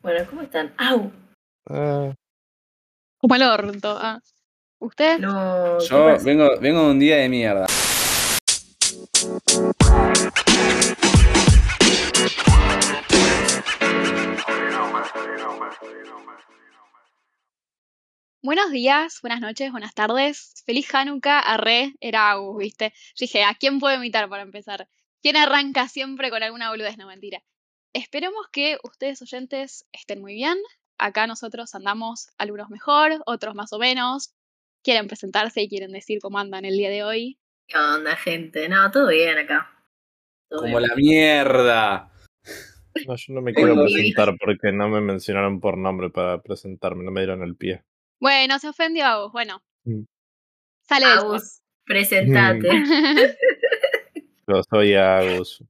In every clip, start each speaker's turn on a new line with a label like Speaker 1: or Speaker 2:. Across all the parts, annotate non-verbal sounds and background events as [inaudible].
Speaker 1: Bueno, ¿cómo están? ¡Au!
Speaker 2: Ah,
Speaker 3: Como el orto. Ah. ¿Usted?
Speaker 1: No, ¿qué
Speaker 4: Yo
Speaker 1: pasa?
Speaker 4: vengo, vengo de un día de mierda.
Speaker 3: Buenos días, buenas noches, buenas tardes. Feliz Hanukkah, arre, era Agus, ¿viste? Yo dije, ¿a quién puedo imitar para empezar? ¿Quién arranca siempre con alguna boludez? No, mentira. Esperemos que ustedes oyentes estén muy bien. Acá nosotros andamos algunos mejor, otros más o menos. Quieren presentarse y quieren decir cómo andan el día de hoy.
Speaker 1: ¿Qué onda, gente? No, todo bien acá. Todo
Speaker 4: Como
Speaker 1: bien.
Speaker 4: la mierda.
Speaker 2: no, yo no me
Speaker 4: Tengo
Speaker 2: quiero
Speaker 4: mi
Speaker 2: presentar porque no me mencionaron por nombre para presentarme, no me dieron el pie.
Speaker 3: Bueno, se ofendió Agus, bueno.
Speaker 2: Mm.
Speaker 3: Sale del Discord.
Speaker 1: Agus, Ah,
Speaker 3: [laughs]
Speaker 1: presentate. [laughs]
Speaker 2: Yo soy Agus.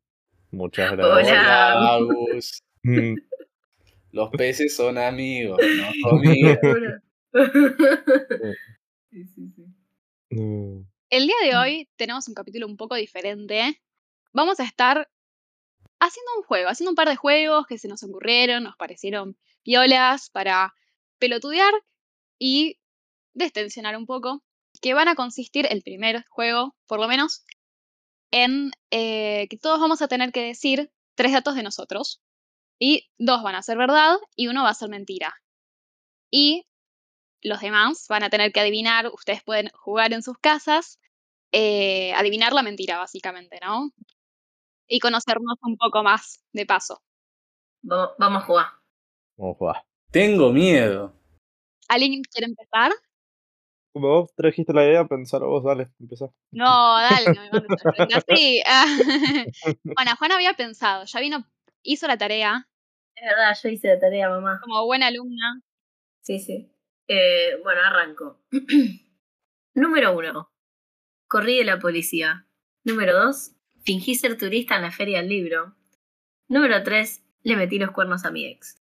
Speaker 2: Muchas gracias.
Speaker 1: Hola.
Speaker 4: Agus.
Speaker 2: Mm,
Speaker 4: Los peces son amigos,
Speaker 2: [laughs]
Speaker 4: no comida.
Speaker 1: Sí, sí, sí.
Speaker 2: mm.
Speaker 3: El día de
Speaker 1: Mm.
Speaker 3: hoy tenemos un capítulo un poco diferente. Vamos a estar haciendo un juego, haciendo un par de juegos que se nos ocurrieron, nos parecieron violas para pelotudear y destensionar un poco, que van a consistir el primer juego, por lo menos, en eh, que todos vamos a tener que decir tres datos de nosotros y dos van a ser verdad y uno va a ser mentira. Y los demás van a tener que adivinar, ustedes pueden jugar en sus casas, eh, adivinar la mentira básicamente, ¿no? Y conocernos un poco más de paso.
Speaker 1: Vamos, vamos a jugar.
Speaker 2: Vamos a jugar.
Speaker 4: Tengo miedo.
Speaker 3: ¿Alguien quiere empezar?
Speaker 2: Como vos trajiste la idea, pensar vos, dale, empezá.
Speaker 3: No, dale, no me mandes a la frente así. Ah. [laughs] bueno, Juan había pensado, ya vino, hizo la tarea
Speaker 1: Es verdad, yo hice la tarea, mamá.
Speaker 3: como buena alumna.
Speaker 1: Sí, sí. Eh, bueno, arranco. [clears throat] Número uno. Corrí de la policía. Número dos. Fingí ser turista en la feria del libro. Número tres. Le metí los cuernos a mi ex.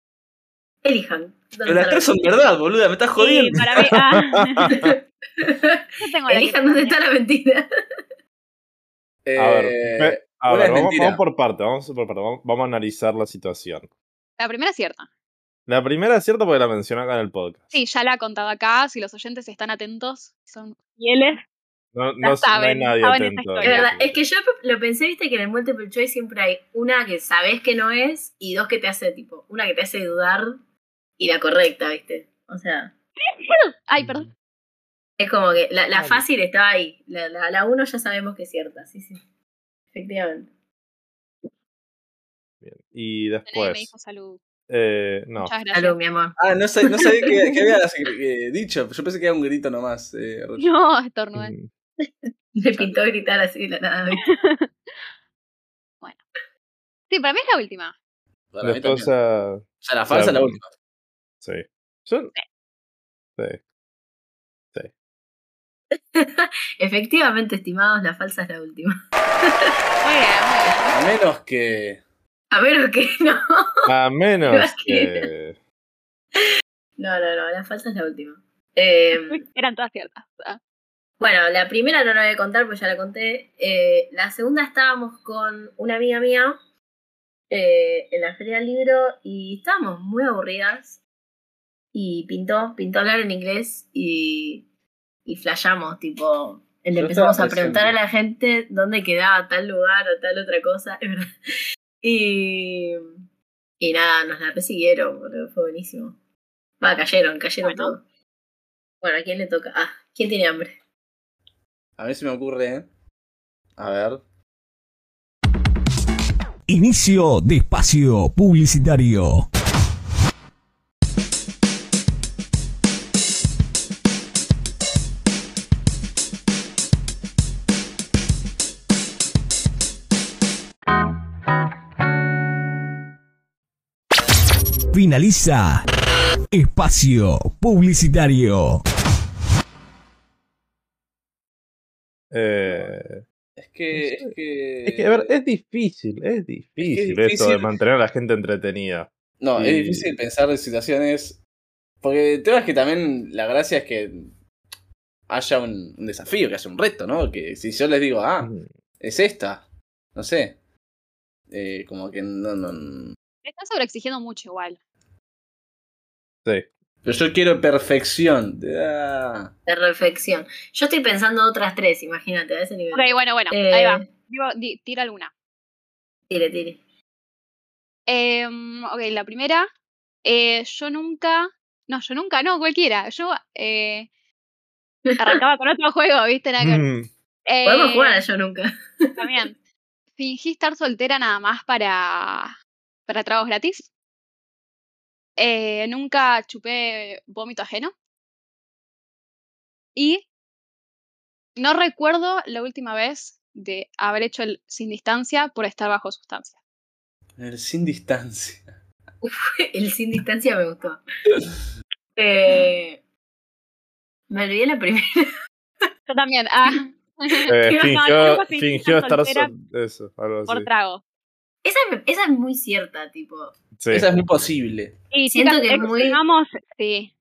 Speaker 1: Elijan.
Speaker 4: Pero las tres son verdad, boluda, me estás
Speaker 3: Sí,
Speaker 4: jodiendo.
Speaker 3: para mí. ah. [laughs]
Speaker 4: [laughs]
Speaker 3: Yo tengo la que
Speaker 1: Elijan dónde
Speaker 3: tenía.
Speaker 1: está la
Speaker 3: [laughs]
Speaker 1: mentira.
Speaker 4: Eh,
Speaker 2: A ver, ve- a
Speaker 4: una
Speaker 2: ver,
Speaker 4: es
Speaker 2: vamos,
Speaker 4: mentira.
Speaker 2: vamos por parte, vamos por parte, vamos, vamos a analizar la situación.
Speaker 3: La primera es cierta.
Speaker 2: La primera es cierta porque la mencioné acá en el podcast.
Speaker 3: Sí, ya la he contado acá. Si los oyentes están atentos, son fieles.
Speaker 2: No, no, sé- no hay
Speaker 3: saben,
Speaker 2: nadie
Speaker 3: saben esa
Speaker 2: atento.
Speaker 3: historia.
Speaker 1: Es verdad, es que yo lo pensé, viste, que en el multiple choice siempre hay una que sabes que no es y dos que te hace tipo, una que te hace dudar y la correcta, viste. O sea,
Speaker 3: Ay, perdón.
Speaker 2: Mm,
Speaker 1: Es como que la, la
Speaker 2: Vale.
Speaker 1: fácil estaba ahí. La, la, la uno ya sabemos que es cierta, sí, sí. Efectivamente.
Speaker 2: Bien. Y
Speaker 3: Nadie me
Speaker 2: después,
Speaker 3: dijo salud.
Speaker 2: eh, pues, no,
Speaker 3: Muchas gracias.
Speaker 1: Salud, mi amor.
Speaker 4: Ah, no, sé- no sabía que, que habías eh, dicho. Yo pensé que era un grito nomás. eh,
Speaker 3: [laughs]
Speaker 4: Rochi.
Speaker 3: No, estornudé.
Speaker 2: mm,
Speaker 1: Me pintó gritar así de la nada. ¿viste? [laughs]
Speaker 3: Sí, para mí es la última.
Speaker 4: Para mí
Speaker 2: después
Speaker 4: también.
Speaker 2: ah,
Speaker 4: O sea, la falsa es la última.
Speaker 2: Sí. Yo- Sí.
Speaker 1: Efectivamente, estimados, la falsa es la última. [laughs]
Speaker 3: Muy bien, muy bien.
Speaker 4: A menos que.
Speaker 1: A menos que no. [laughs]
Speaker 2: A menos
Speaker 1: Imagínate.
Speaker 2: que.
Speaker 1: No, no, no, la falsa es la última. Eh,
Speaker 3: Eran todas ciertas. Ah,
Speaker 1: bueno, la primera no la voy a contar porque ya la conté. Eh, la segunda estábamos con una amiga mía eh, en la feria del libro y estábamos muy aburridas. Y pintó, pintó hablar en inglés y, y flashamos, tipo, en que
Speaker 4: Yo
Speaker 1: empezamos
Speaker 4: estaba
Speaker 1: a preguntar a
Speaker 4: presente.
Speaker 1: la gente dónde quedaba tal lugar o tal otra cosa. [laughs] es verdad. Y, y nada, nos la persiguieron, boludo, fue buenísimo. Va, cayeron, cayeron
Speaker 3: Bueno.
Speaker 1: todos. Bueno, ¿a quién le toca? Ah, ¿quién tiene hambre?
Speaker 4: A mí se me ocurre. A ver.
Speaker 5: Inicio de espacio publicitario. Finaliza espacio publicitario.
Speaker 2: eh,
Speaker 4: Es que.
Speaker 2: No sé.
Speaker 4: Es que.
Speaker 2: es que, a ver, es difícil, es difícil, esto de
Speaker 4: difícil.
Speaker 2: mantener a la gente entretenida.
Speaker 4: No, es
Speaker 2: Y-
Speaker 4: difícil pensar en situaciones. Porque el tema es que también la gracia es que haya un, un desafío, que haya un reto, ¿no? Que si yo les digo, ah,
Speaker 2: Mm.
Speaker 4: es esta, no sé. Eh, como que no, no.
Speaker 3: me están sobreexigiendo mucho igual.
Speaker 2: Sí.
Speaker 4: Pero yo quiero perfección. Ah.
Speaker 1: de reflexión. Yo estoy pensando otras tres, imagínate, a ese nivel.
Speaker 3: Ok, bueno, bueno,
Speaker 1: Eh,
Speaker 3: ahí va. Digo, di- tira alguna.
Speaker 1: Tire, tire.
Speaker 3: Em, ok, la primera. eh, yo nunca. No, yo nunca, no, cualquiera. Yo eh, arrancaba con otro juego, ¿viste? Nada que ver.
Speaker 2: Mm,
Speaker 1: [laughs] Podemos
Speaker 3: Eh,
Speaker 1: jugar a yo nunca. [laughs]
Speaker 3: También. Fingí estar soltera nada más para, para tragos gratis. Eh, nunca chupé vómito ajeno. Y no recuerdo la última vez de haber hecho el sin distancia por estar bajo sustancia.
Speaker 4: El sin distancia.
Speaker 1: El sin distancia me gustó. Eh, me olvidé la primera. [laughs]
Speaker 3: Yo también. Ah,
Speaker 2: eh,
Speaker 1: No,
Speaker 2: fingió
Speaker 3: nunca fingí
Speaker 2: fingió
Speaker 3: estar
Speaker 2: estar
Speaker 3: soltera
Speaker 2: sol- eso, algo
Speaker 3: por
Speaker 2: así.
Speaker 3: trago.
Speaker 1: Esa, me- esa es muy cierta, tipo.
Speaker 2: Sí.
Speaker 4: Esa es muy posible.
Speaker 3: Y
Speaker 1: Siento
Speaker 3: chicas,
Speaker 1: que es muy-
Speaker 3: exclamamos- Sí.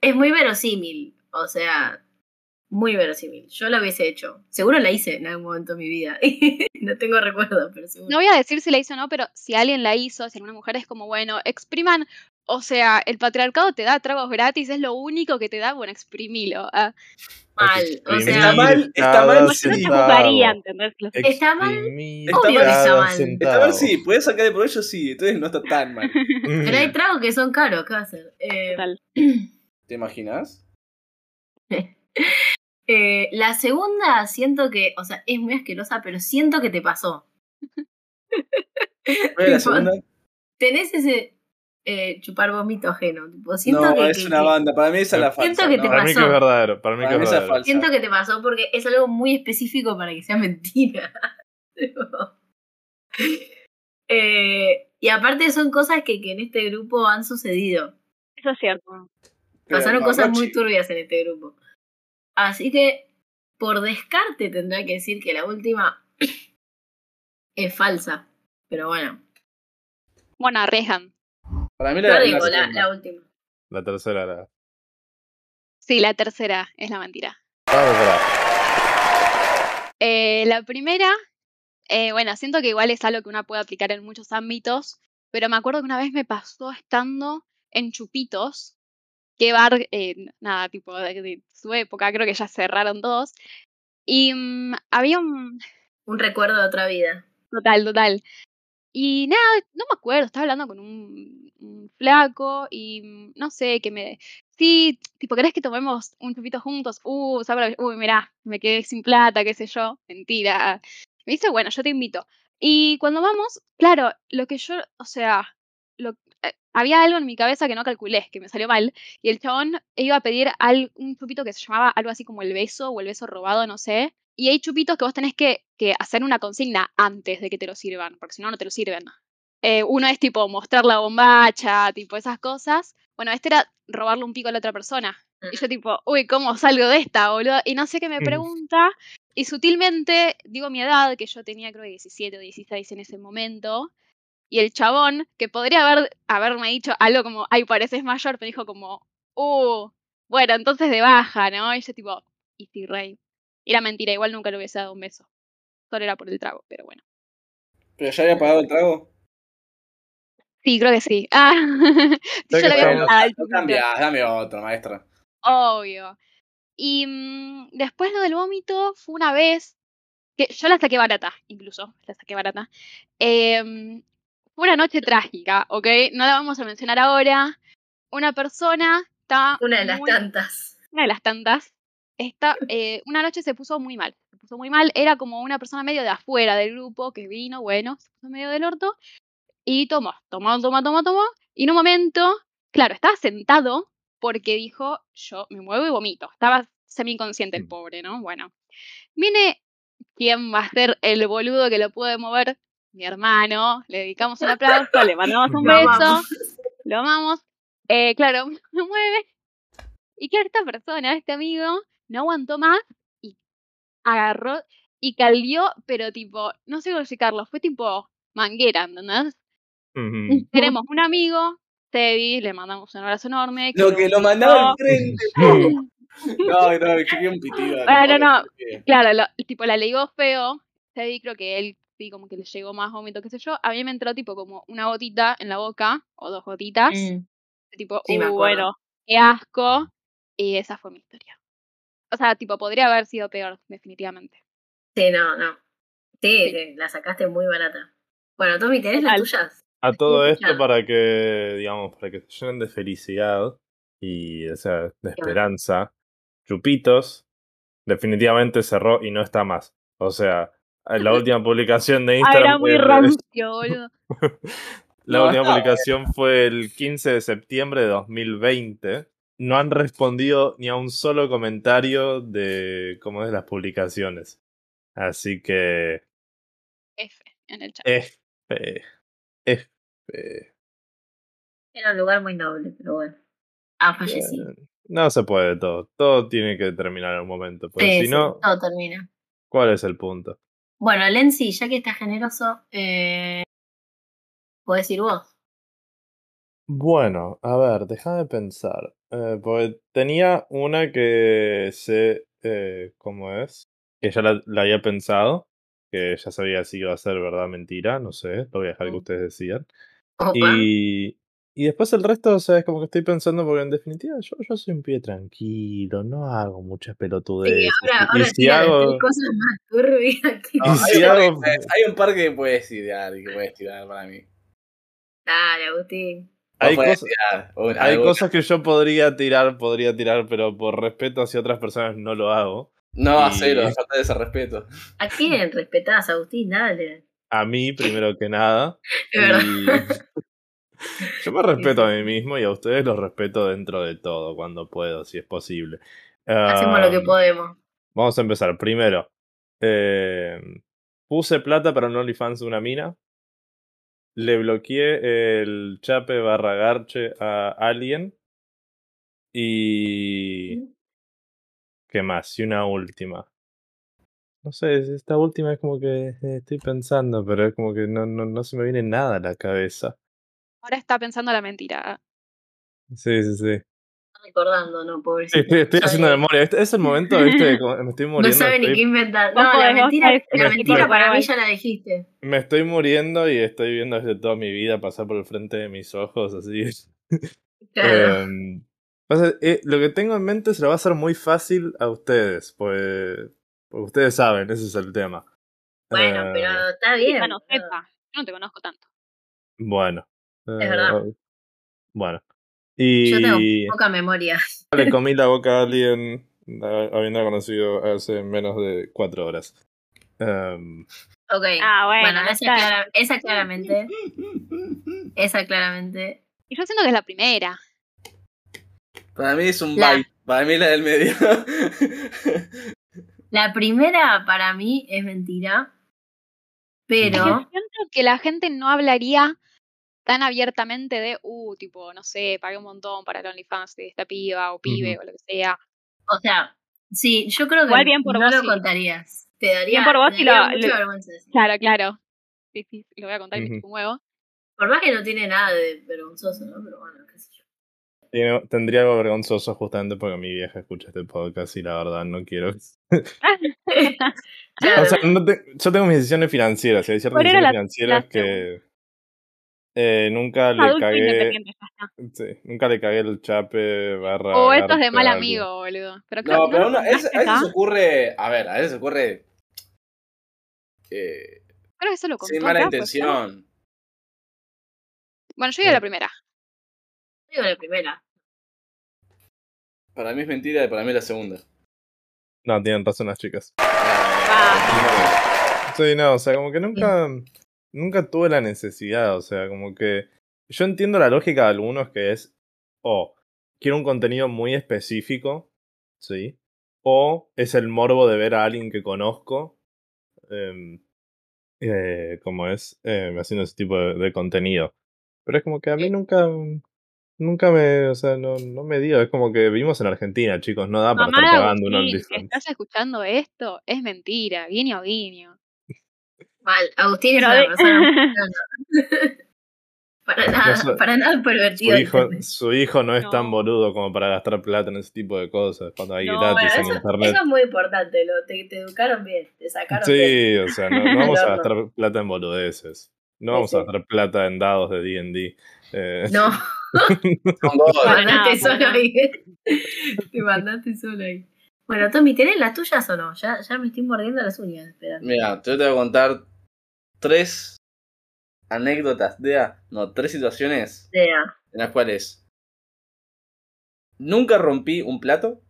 Speaker 1: Es muy verosímil. O sea, muy verosímil. Yo la hubiese hecho. Seguro la hice en algún momento de mi vida. [laughs] no tengo recuerdo, pero seguro.
Speaker 3: No voy a decir si la hizo o no, pero si alguien la hizo, si alguna mujer es como, bueno, expriman, o sea, el patriarcado te da tragos gratis, es lo único que te da, bueno, exprimilo. ah.
Speaker 1: mal, o sea- Está
Speaker 4: mal, está mal,
Speaker 3: Pues No se
Speaker 4: Sí,
Speaker 3: juzgaría, ¿entendés? Lo-
Speaker 1: Está mal,
Speaker 4: obvio que
Speaker 1: está mal.
Speaker 4: Está mal, sí, podés sacar de provecho, sí, entonces no está tan mal.
Speaker 2: Mm.
Speaker 1: Pero hay tragos que son caros, ¿qué va a hacer? Eh,
Speaker 3: Total.
Speaker 4: [laughs] ¿Te imaginas?
Speaker 1: [laughs] eh, la segunda siento que, o sea, es muy asquerosa, pero siento que te pasó.
Speaker 4: ¿Cuál es la segunda?
Speaker 1: Tenés ese eh, chupar vómito ajeno. tipo, siento
Speaker 4: No,
Speaker 1: que,
Speaker 4: es
Speaker 1: que-
Speaker 4: una
Speaker 1: que-
Speaker 4: banda. Para mí esa es la falsa.
Speaker 1: Siento que te
Speaker 4: no.
Speaker 2: Para mí que es
Speaker 1: pasó.
Speaker 2: verdadero. Para mí
Speaker 4: Para
Speaker 2: que
Speaker 4: mí
Speaker 2: es
Speaker 4: esa es
Speaker 2: verdadero.
Speaker 4: falsa.
Speaker 1: siento que te pasó porque es algo muy específico para que sea [laughs] mentira. Eh, y aparte son cosas que, que en este grupo han sucedido.
Speaker 3: Eso es cierto.
Speaker 4: Pero
Speaker 1: Pasaron
Speaker 4: no,
Speaker 1: cosas
Speaker 4: no,
Speaker 1: muy
Speaker 4: chico.
Speaker 1: turbias en este grupo. Así que, por descarte, tendría que decir que la última [clears throat] es falsa. Pero bueno,
Speaker 3: Bueno, arriesgan.
Speaker 4: Para mí la,
Speaker 1: yo
Speaker 4: la
Speaker 1: digo la,
Speaker 4: segunda.
Speaker 1: la última.
Speaker 2: La tercera era.
Speaker 3: Sí, la tercera es la mentira.
Speaker 2: Vamos a
Speaker 3: Eh, la primera, eh, bueno, siento que igual es algo que una puede aplicar en muchos ámbitos, pero me acuerdo que una vez me pasó estando en Chupitos, que bar, eh, nada, tipo de, de su época, creo que ya cerraron todos, y mm, había un,
Speaker 1: Un recuerdo de otra vida.
Speaker 3: Total, total. Y nada, no me acuerdo, estaba hablando con un, un flaco y mm, no sé, que me... Sí, tipo, ¿querés que tomemos un chupito juntos? Uh, sabe lo- uy, mirá, me quedé sin plata, qué sé yo. Mentira. Me dice, bueno, yo te invito. Y cuando vamos, claro, lo que yo, o sea, lo, eh, había algo en mi cabeza que no calculé, que me salió mal. Y el chabón iba a pedir al, un chupito que se llamaba algo así como el beso o el beso robado, no sé. Y hay chupitos que vos tenés que, que hacer una consigna antes de que te lo sirvan, porque si no, no te lo sirven. Eh, uno es tipo mostrar la bombacha, tipo esas cosas. Bueno, este era robarle un pico a la otra persona. Y yo tipo, uy, ¿cómo salgo de esta, boludo? Y no sé qué me
Speaker 2: Mm.
Speaker 3: pregunta. Y sutilmente digo mi edad, que yo tenía creo que 17 o 16 en ese momento. Y el chabón, que podría haber, haberme dicho algo como, ay, pareces mayor, pero dijo como, uh, bueno, entonces de baja, ¿no? Y yo tipo, y sí, rey. Era mentira, igual nunca le hubiese dado un beso. Solo era por el trago, pero bueno.
Speaker 4: ¿Pero ya había pagado el trago?
Speaker 3: Sí, creo que sí. Ah, [laughs] yo
Speaker 2: Creo que
Speaker 3: le había
Speaker 2: estamos-
Speaker 3: gustado al
Speaker 4: No
Speaker 3: chupito,
Speaker 4: cambiás, dame otro, maestra.
Speaker 3: Obvio. Y mm, después lo del vómito fue una vez que yo la saqué barata, incluso, la saqué barata. Em, fue una noche trágica, ¿ok? No la vamos a mencionar ahora. Una persona estaba
Speaker 1: Una de las
Speaker 3: muy
Speaker 1: tantas.
Speaker 3: una de las tantas, esta, eh, una noche se puso muy mal. Se puso muy mal, era como una persona medio de afuera del grupo que vino, bueno, se puso medio del orto y tomó, tomó, tomó, tomó, tomó. Y en un momento, claro, estaba sentado porque dijo, yo me muevo y vomito. Estaba semi inconsciente el
Speaker 2: Mm.
Speaker 3: pobre, ¿no? Bueno, viene, ¿quién va a ser el boludo que lo puede mover? Mi hermano, le dedicamos un aplauso,
Speaker 2: [laughs]
Speaker 3: le mandamos un
Speaker 2: Lo
Speaker 3: beso.
Speaker 1: amamos.
Speaker 3: Lo amamos. Eh, claro, [laughs] me mueve. Y claro, esta persona, este amigo, no aguantó más y agarró y caldió, pero tipo, no sé cómo explicarlo, fue tipo manguera, ¿entendés?
Speaker 2: Ujú.
Speaker 3: Tenemos un amigo, Sebi, le mandamos un abrazo enorme.
Speaker 4: Lo
Speaker 3: lo
Speaker 4: que lo mandaba al frente.
Speaker 2: Mm.
Speaker 4: [laughs] No, no, que quería un pitido.
Speaker 3: Bueno, no.
Speaker 4: Bien.
Speaker 3: Claro, lo- tipo la leí feo. Teddy creo que él sí como que le llegó más vómito, qué sé yo. A mí me entró tipo como una gotita en la boca o dos gotitas.
Speaker 1: Mm.
Speaker 3: Tipo,
Speaker 1: Sí, me
Speaker 3: "Uh,
Speaker 1: acuerdo.
Speaker 3: bueno, qué asco. Y esa fue mi historia. O sea, tipo, podría haber sido peor, definitivamente.
Speaker 1: Sí, no, no. Sí,
Speaker 3: Sí.
Speaker 1: sí, la sacaste muy barata. Bueno, Tommy, ¿tenés las
Speaker 3: Total.
Speaker 1: tuyas?
Speaker 2: A todo esto
Speaker 1: escuchado.
Speaker 2: para que, digamos, para que se llenen de felicidad y, o sea, de esperanza. Chupitos definitivamente cerró y no está más. O sea, la última publicación de
Speaker 3: Ah,
Speaker 2: Instagram...
Speaker 3: era muy
Speaker 2: fue-
Speaker 3: rancio,
Speaker 4: [laughs]
Speaker 3: boludo.
Speaker 2: La
Speaker 4: No,
Speaker 2: última
Speaker 4: está
Speaker 2: publicación fue el 15 de septiembre de 2020. No han respondido ni a un solo comentario de cómo es las publicaciones. Así que
Speaker 3: F en el
Speaker 4: Eh.
Speaker 3: chat.
Speaker 2: F, F.
Speaker 1: Era un lugar muy noble, pero bueno. Ah, fallecido.
Speaker 2: Eh, No se puede todo. Todo tiene que terminar en un momento. Porque
Speaker 1: Sí,
Speaker 2: si
Speaker 1: sí,
Speaker 2: no,
Speaker 1: todo termina.
Speaker 2: ¿cuál es el punto?
Speaker 1: Bueno, Lenzi, ya que estás generoso, eh, podés ir vos.
Speaker 2: Bueno, a ver, déjame pensar. Eh, porque tenía una que sé eh, cómo es, que ya la, la había pensado, que ya sabía si iba a ser verdad o mentira, no sé, lo voy a dejar que
Speaker 1: Mm.
Speaker 2: ustedes decidan.
Speaker 1: Opa.
Speaker 2: Y, y después el resto, o sea, es como que estoy pensando, porque en definitiva yo, yo soy un pibe tranquilo, no hago muchas
Speaker 1: Sí,
Speaker 2: pelotudeces.
Speaker 1: ahora,
Speaker 2: y
Speaker 1: ahora
Speaker 2: si
Speaker 1: tira las
Speaker 2: hago...
Speaker 1: cosas más [laughs] turbias que-
Speaker 2: Y si
Speaker 4: hay,
Speaker 2: hago-
Speaker 4: un par que- hay un par que puedes tirar y que puedes tirar para mí.
Speaker 1: Dale, Agustín.
Speaker 4: Vos
Speaker 2: Hay
Speaker 4: podés
Speaker 2: cosas,
Speaker 4: tirar una,
Speaker 2: hay
Speaker 4: alguna.
Speaker 2: cosas que yo podría tirar, podría tirar, pero por respeto hacia otras personas no lo hago.
Speaker 4: No,
Speaker 2: y-
Speaker 4: cero, falta de ese respeto.
Speaker 1: ¿A quién respetás, Agustín? Dale.
Speaker 2: A mí, primero que nada.
Speaker 1: [laughs] Es verdad.
Speaker 2: Y- Yo me respeto a mí mismo y a ustedes los respeto dentro de todo, cuando puedo, si es posible.
Speaker 1: Hacemos lo que
Speaker 2: Am,
Speaker 1: podemos.
Speaker 2: Vamos a empezar. Primero, eh, puse plata para un OnlyFans de una mina. Le bloqueé el chape barra garche a alguien. Y. ¿Qué más? Y una última. No sé, es- esta última es como que eh, estoy pensando, pero es como que no, no, no se me viene nada a la cabeza.
Speaker 3: Ahora está pensando la mentira.
Speaker 2: Sí, sí, sí.
Speaker 1: Recordando, ¿no?
Speaker 2: Sí,
Speaker 1: Pobrecito.
Speaker 2: estoy, estoy
Speaker 1: No
Speaker 2: haciendo
Speaker 1: sabe-
Speaker 2: memoria. Este es el momento, ¿viste? Como me estoy
Speaker 1: No
Speaker 2: muriendo.
Speaker 1: sabe ni
Speaker 2: estoy
Speaker 1: qué inventar.
Speaker 3: Vos
Speaker 1: No, la
Speaker 3: podés, vos
Speaker 1: mentira,
Speaker 3: sabés.
Speaker 1: la
Speaker 2: Me-
Speaker 1: mentira
Speaker 2: me-
Speaker 1: para mí
Speaker 3: Ay.
Speaker 1: ya la dijiste.
Speaker 2: Me estoy muriendo y estoy viendo desde toda mi vida pasar por el frente de mis ojos, así [laughs] es.
Speaker 1: Claro.
Speaker 2: Em, pasa- eh, lo que tengo en mente se lo va a hacer muy fácil a ustedes, pues, porque ustedes saben, ese es el tema.
Speaker 1: bueno,
Speaker 2: Eh,
Speaker 1: pero está bien.
Speaker 3: Ah, no,
Speaker 1: boludo.
Speaker 3: sepa. Yo no te conozco tanto.
Speaker 2: Bueno. Eh,
Speaker 1: verdad.
Speaker 2: Bueno.
Speaker 1: Yo
Speaker 2: Y
Speaker 1: tengo poca memoria. [laughs]
Speaker 2: le comí la boca a alguien eh, habiendo conocido hace menos de cuatro horas. Em,
Speaker 1: Ok.
Speaker 3: Ah, bueno.
Speaker 1: bueno,
Speaker 3: ya
Speaker 1: esa,
Speaker 3: está.
Speaker 1: clara- esa claramente. Esa claramente.
Speaker 3: Y yo siento que es la primera.
Speaker 4: Para mí es un
Speaker 1: La-
Speaker 4: bite. Para mí es la del medio. [laughs]
Speaker 1: La primera para mí es mentira.
Speaker 3: Yo
Speaker 1: Pero.
Speaker 3: siento que la gente no hablaría tan abiertamente de, uh, tipo, no sé, pagué un montón para el OnlyFans de esta piba o pibe o lo que sea.
Speaker 1: O sea, sí, yo creo que
Speaker 3: Igual bien por
Speaker 1: no
Speaker 3: vos
Speaker 1: lo
Speaker 3: sí.
Speaker 1: contarías. Te daría,
Speaker 3: Bien por vos
Speaker 1: te
Speaker 3: sí
Speaker 1: daría
Speaker 3: lo-
Speaker 1: mucha
Speaker 3: lo-
Speaker 1: vergüenza.
Speaker 3: Claro, claro. Sí, sí, lo voy a contar y me
Speaker 2: Ujú.
Speaker 3: chupo un huevo.
Speaker 1: Por más que no tiene nada de vergonzoso, ¿no? Pero bueno, qué sé
Speaker 3: [laughs]
Speaker 1: yo.
Speaker 2: tiene- tendría algo vergonzoso justamente porque mi vieja escucha este podcast y la verdad no quiero
Speaker 1: Claro.
Speaker 2: O sea, no te- yo tengo mis decisiones financieras. y Hay ciertas
Speaker 3: ¿Cuál era
Speaker 2: decisiones
Speaker 3: la-
Speaker 2: financieras
Speaker 3: la
Speaker 2: que eh, nunca le
Speaker 3: Adulto
Speaker 2: cagué.
Speaker 3: independiente, ya está.
Speaker 2: sí, nunca le cagué el chape barra.
Speaker 3: O estos de
Speaker 2: garcha
Speaker 3: mal
Speaker 2: a alguien.
Speaker 3: amigo, boludo. Pero creo
Speaker 4: No,
Speaker 3: que
Speaker 4: pero
Speaker 3: lo
Speaker 4: uno- es-
Speaker 3: contaste
Speaker 4: a veces
Speaker 3: acá.
Speaker 4: se ocurre. A ver, a veces se ocurre. Que,
Speaker 3: Creo que eso lo contó
Speaker 4: sin mala
Speaker 3: acá, pues, ¿puede ser?
Speaker 4: intención.
Speaker 3: Bueno, yo digo la primera.
Speaker 1: Digo la primera.
Speaker 4: Para mí es mentira y para mí es la segunda.
Speaker 2: No, tienen razón las chicas.
Speaker 3: Ah,
Speaker 2: Sí, no, o sea, como que nunca. Nunca tuve la necesidad. O sea, como que. Yo entiendo la lógica de algunos que es. O. quiero un contenido muy específico. Sí. O es el morbo de ver a alguien que conozco. em, eh, como es, em, haciendo ese tipo de, de contenido. Pero es como que a mí
Speaker 1: Sí.
Speaker 2: nunca, nunca me, o sea, no, no me dio. Es como que vivimos en Argentina, chicos, no da para
Speaker 3: Mamá
Speaker 2: estar
Speaker 3: de
Speaker 2: pagando un
Speaker 3: Agustín, si
Speaker 2: OnlyFans.
Speaker 3: estás escuchando esto, es mentira. Guiño, guiño.
Speaker 1: Mal. Agustín es
Speaker 3: Pero
Speaker 1: una
Speaker 3: de- [laughs]
Speaker 1: persona para nada,
Speaker 2: sé.
Speaker 1: para nada
Speaker 2: Su
Speaker 1: pervertido.
Speaker 2: hijo,
Speaker 1: ¿entendés?
Speaker 2: su hijo no es tan
Speaker 3: No.
Speaker 2: boludo como para gastar plata en ese tipo de cosas, cuando hay
Speaker 3: No,
Speaker 2: gratis
Speaker 1: Bueno,
Speaker 2: en
Speaker 1: eso,
Speaker 2: internet.
Speaker 1: eso es muy importante. Lo, te, te educaron bien. Te sacaron bien.
Speaker 2: Sí,
Speaker 1: [laughs]
Speaker 2: o sea, no, no vamos a
Speaker 1: Claro.
Speaker 2: gastar plata en boludeces. No
Speaker 1: Sí,
Speaker 2: vamos
Speaker 1: sí.
Speaker 2: a
Speaker 1: [laughs]
Speaker 2: gastar plata en dados de D&D. Eh,
Speaker 1: No.
Speaker 4: Son goles.
Speaker 1: Te
Speaker 3: Para
Speaker 1: mandaste
Speaker 3: nada,
Speaker 1: solo
Speaker 3: para
Speaker 1: ahí. [laughs] Te mandaste solo ahí. Bueno, Tommy, ¿tenés las tuyas o no? Ya, ya me estoy mordiendo las uñas. Espera.
Speaker 4: Mira, yo te voy a contar tres anécdotas, de, ah, no, tres situaciones
Speaker 1: Sea.
Speaker 4: en las cuales nunca rompí un plato,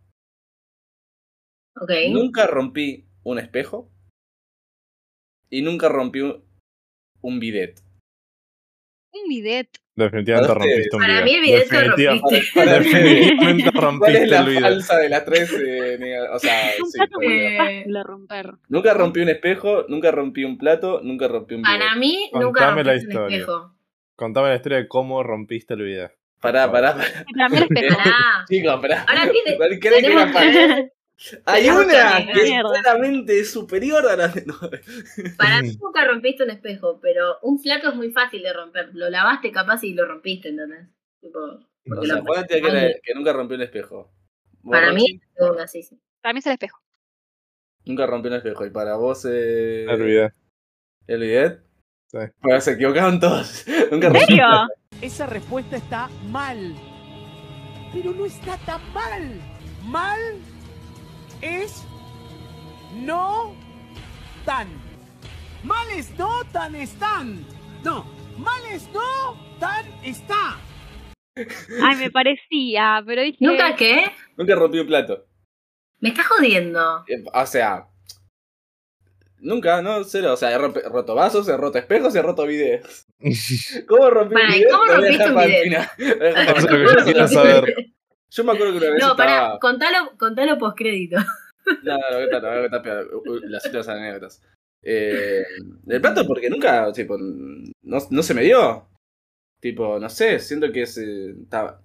Speaker 1: Ok.
Speaker 4: nunca rompí un espejo y nunca rompí un, un bidet.
Speaker 3: Un bidet.
Speaker 2: [laughs] Definitivamente
Speaker 4: Para ustedes.
Speaker 2: rompiste un
Speaker 1: Para
Speaker 2: video.
Speaker 1: mí el video te
Speaker 4: [laughs]
Speaker 2: Definitiva-
Speaker 1: rompiste. [laughs]
Speaker 4: Para mí,
Speaker 2: Definitivamente
Speaker 4: ¿Cuál es
Speaker 2: rompiste
Speaker 4: la
Speaker 2: el video.
Speaker 4: falsa de las tres? eh, nega-
Speaker 1: [laughs]
Speaker 4: o sea,
Speaker 3: Un
Speaker 4: sí,
Speaker 3: plato
Speaker 4: como
Speaker 3: muy
Speaker 4: digo.
Speaker 1: Eh,
Speaker 3: fácil de romper.
Speaker 4: nunca rompí un espejo, nunca rompí un plato, nunca rompí un bidet.
Speaker 1: Para mí, nunca
Speaker 2: Contame la
Speaker 1: rompiste un
Speaker 2: historia. [laughs]
Speaker 1: espejo.
Speaker 2: Contame la historia de cómo rompiste el video.
Speaker 4: Pará, pará, pará. [laughs]
Speaker 3: [laughs] También el espejo.
Speaker 1: Pará.
Speaker 4: Chicos, pará.
Speaker 1: Ahora tiene-
Speaker 4: [laughs] ¿Cuál crees que
Speaker 1: tenemos
Speaker 4: la pa-
Speaker 2: [laughs]
Speaker 4: Hay
Speaker 1: tenemos
Speaker 4: una
Speaker 1: que-
Speaker 4: que es
Speaker 3: mierda.
Speaker 4: claramente superior a la de. No,
Speaker 1: Para mí nunca rompiste un espejo, pero un plato es muy fácil de romper. Lo lavaste capaz y lo rompiste, ¿entendés? Tipo,
Speaker 4: o
Speaker 1: porque
Speaker 4: sea,
Speaker 1: lo
Speaker 4: acuérdate que, era- que nunca rompió un espejo. Vos,
Speaker 1: Para
Speaker 4: Rochi,
Speaker 1: mí, segunda, sí, sí.
Speaker 3: Para mí es el espejo.
Speaker 4: Nunca rompió un espejo. Y para vos, eh.
Speaker 2: El video.
Speaker 4: ¿El bidet?
Speaker 2: Sí.
Speaker 4: Pero se equivocaron todos. [laughs] Nunca
Speaker 3: ¿En
Speaker 4: rompió.
Speaker 3: serio?
Speaker 6: Esa respuesta está mal. Pero no está tan mal. Mal es no tan. Mal es no tan están. No, mal es no tan está.
Speaker 3: Ay, me parecía, pero dije.
Speaker 1: ¿Nunca qué?
Speaker 4: Nunca rompió un plato.
Speaker 1: Me estás jodiendo.
Speaker 4: Eh, O sea. Nunca, no, cero. O sea, he rompe- roto vasos, he roto espejos, he roto
Speaker 2: [laughs]
Speaker 4: videos. ¿Cómo rompí un
Speaker 1: Pará, ¿y
Speaker 4: bidet?
Speaker 1: cómo
Speaker 4: Lo voy
Speaker 1: rompiste
Speaker 4: a dejar
Speaker 1: un
Speaker 4: para el
Speaker 1: bidet? [laughs]
Speaker 4: final. Lo voy a dejar para
Speaker 2: [laughs] Eso
Speaker 4: el
Speaker 2: es lo que yo
Speaker 4: final.
Speaker 2: quiero saber.
Speaker 4: Yo me acuerdo que una vez
Speaker 1: No,
Speaker 4: estaba...
Speaker 1: pará, contalo, contalo post crédito.
Speaker 4: No, no, no, voy a contar, voy a contar peor, u- u- las otras anécdotas. Eh, el plato porque nunca, tipo, no, no se me dio. Tipo, no sé, siento que se... estaba-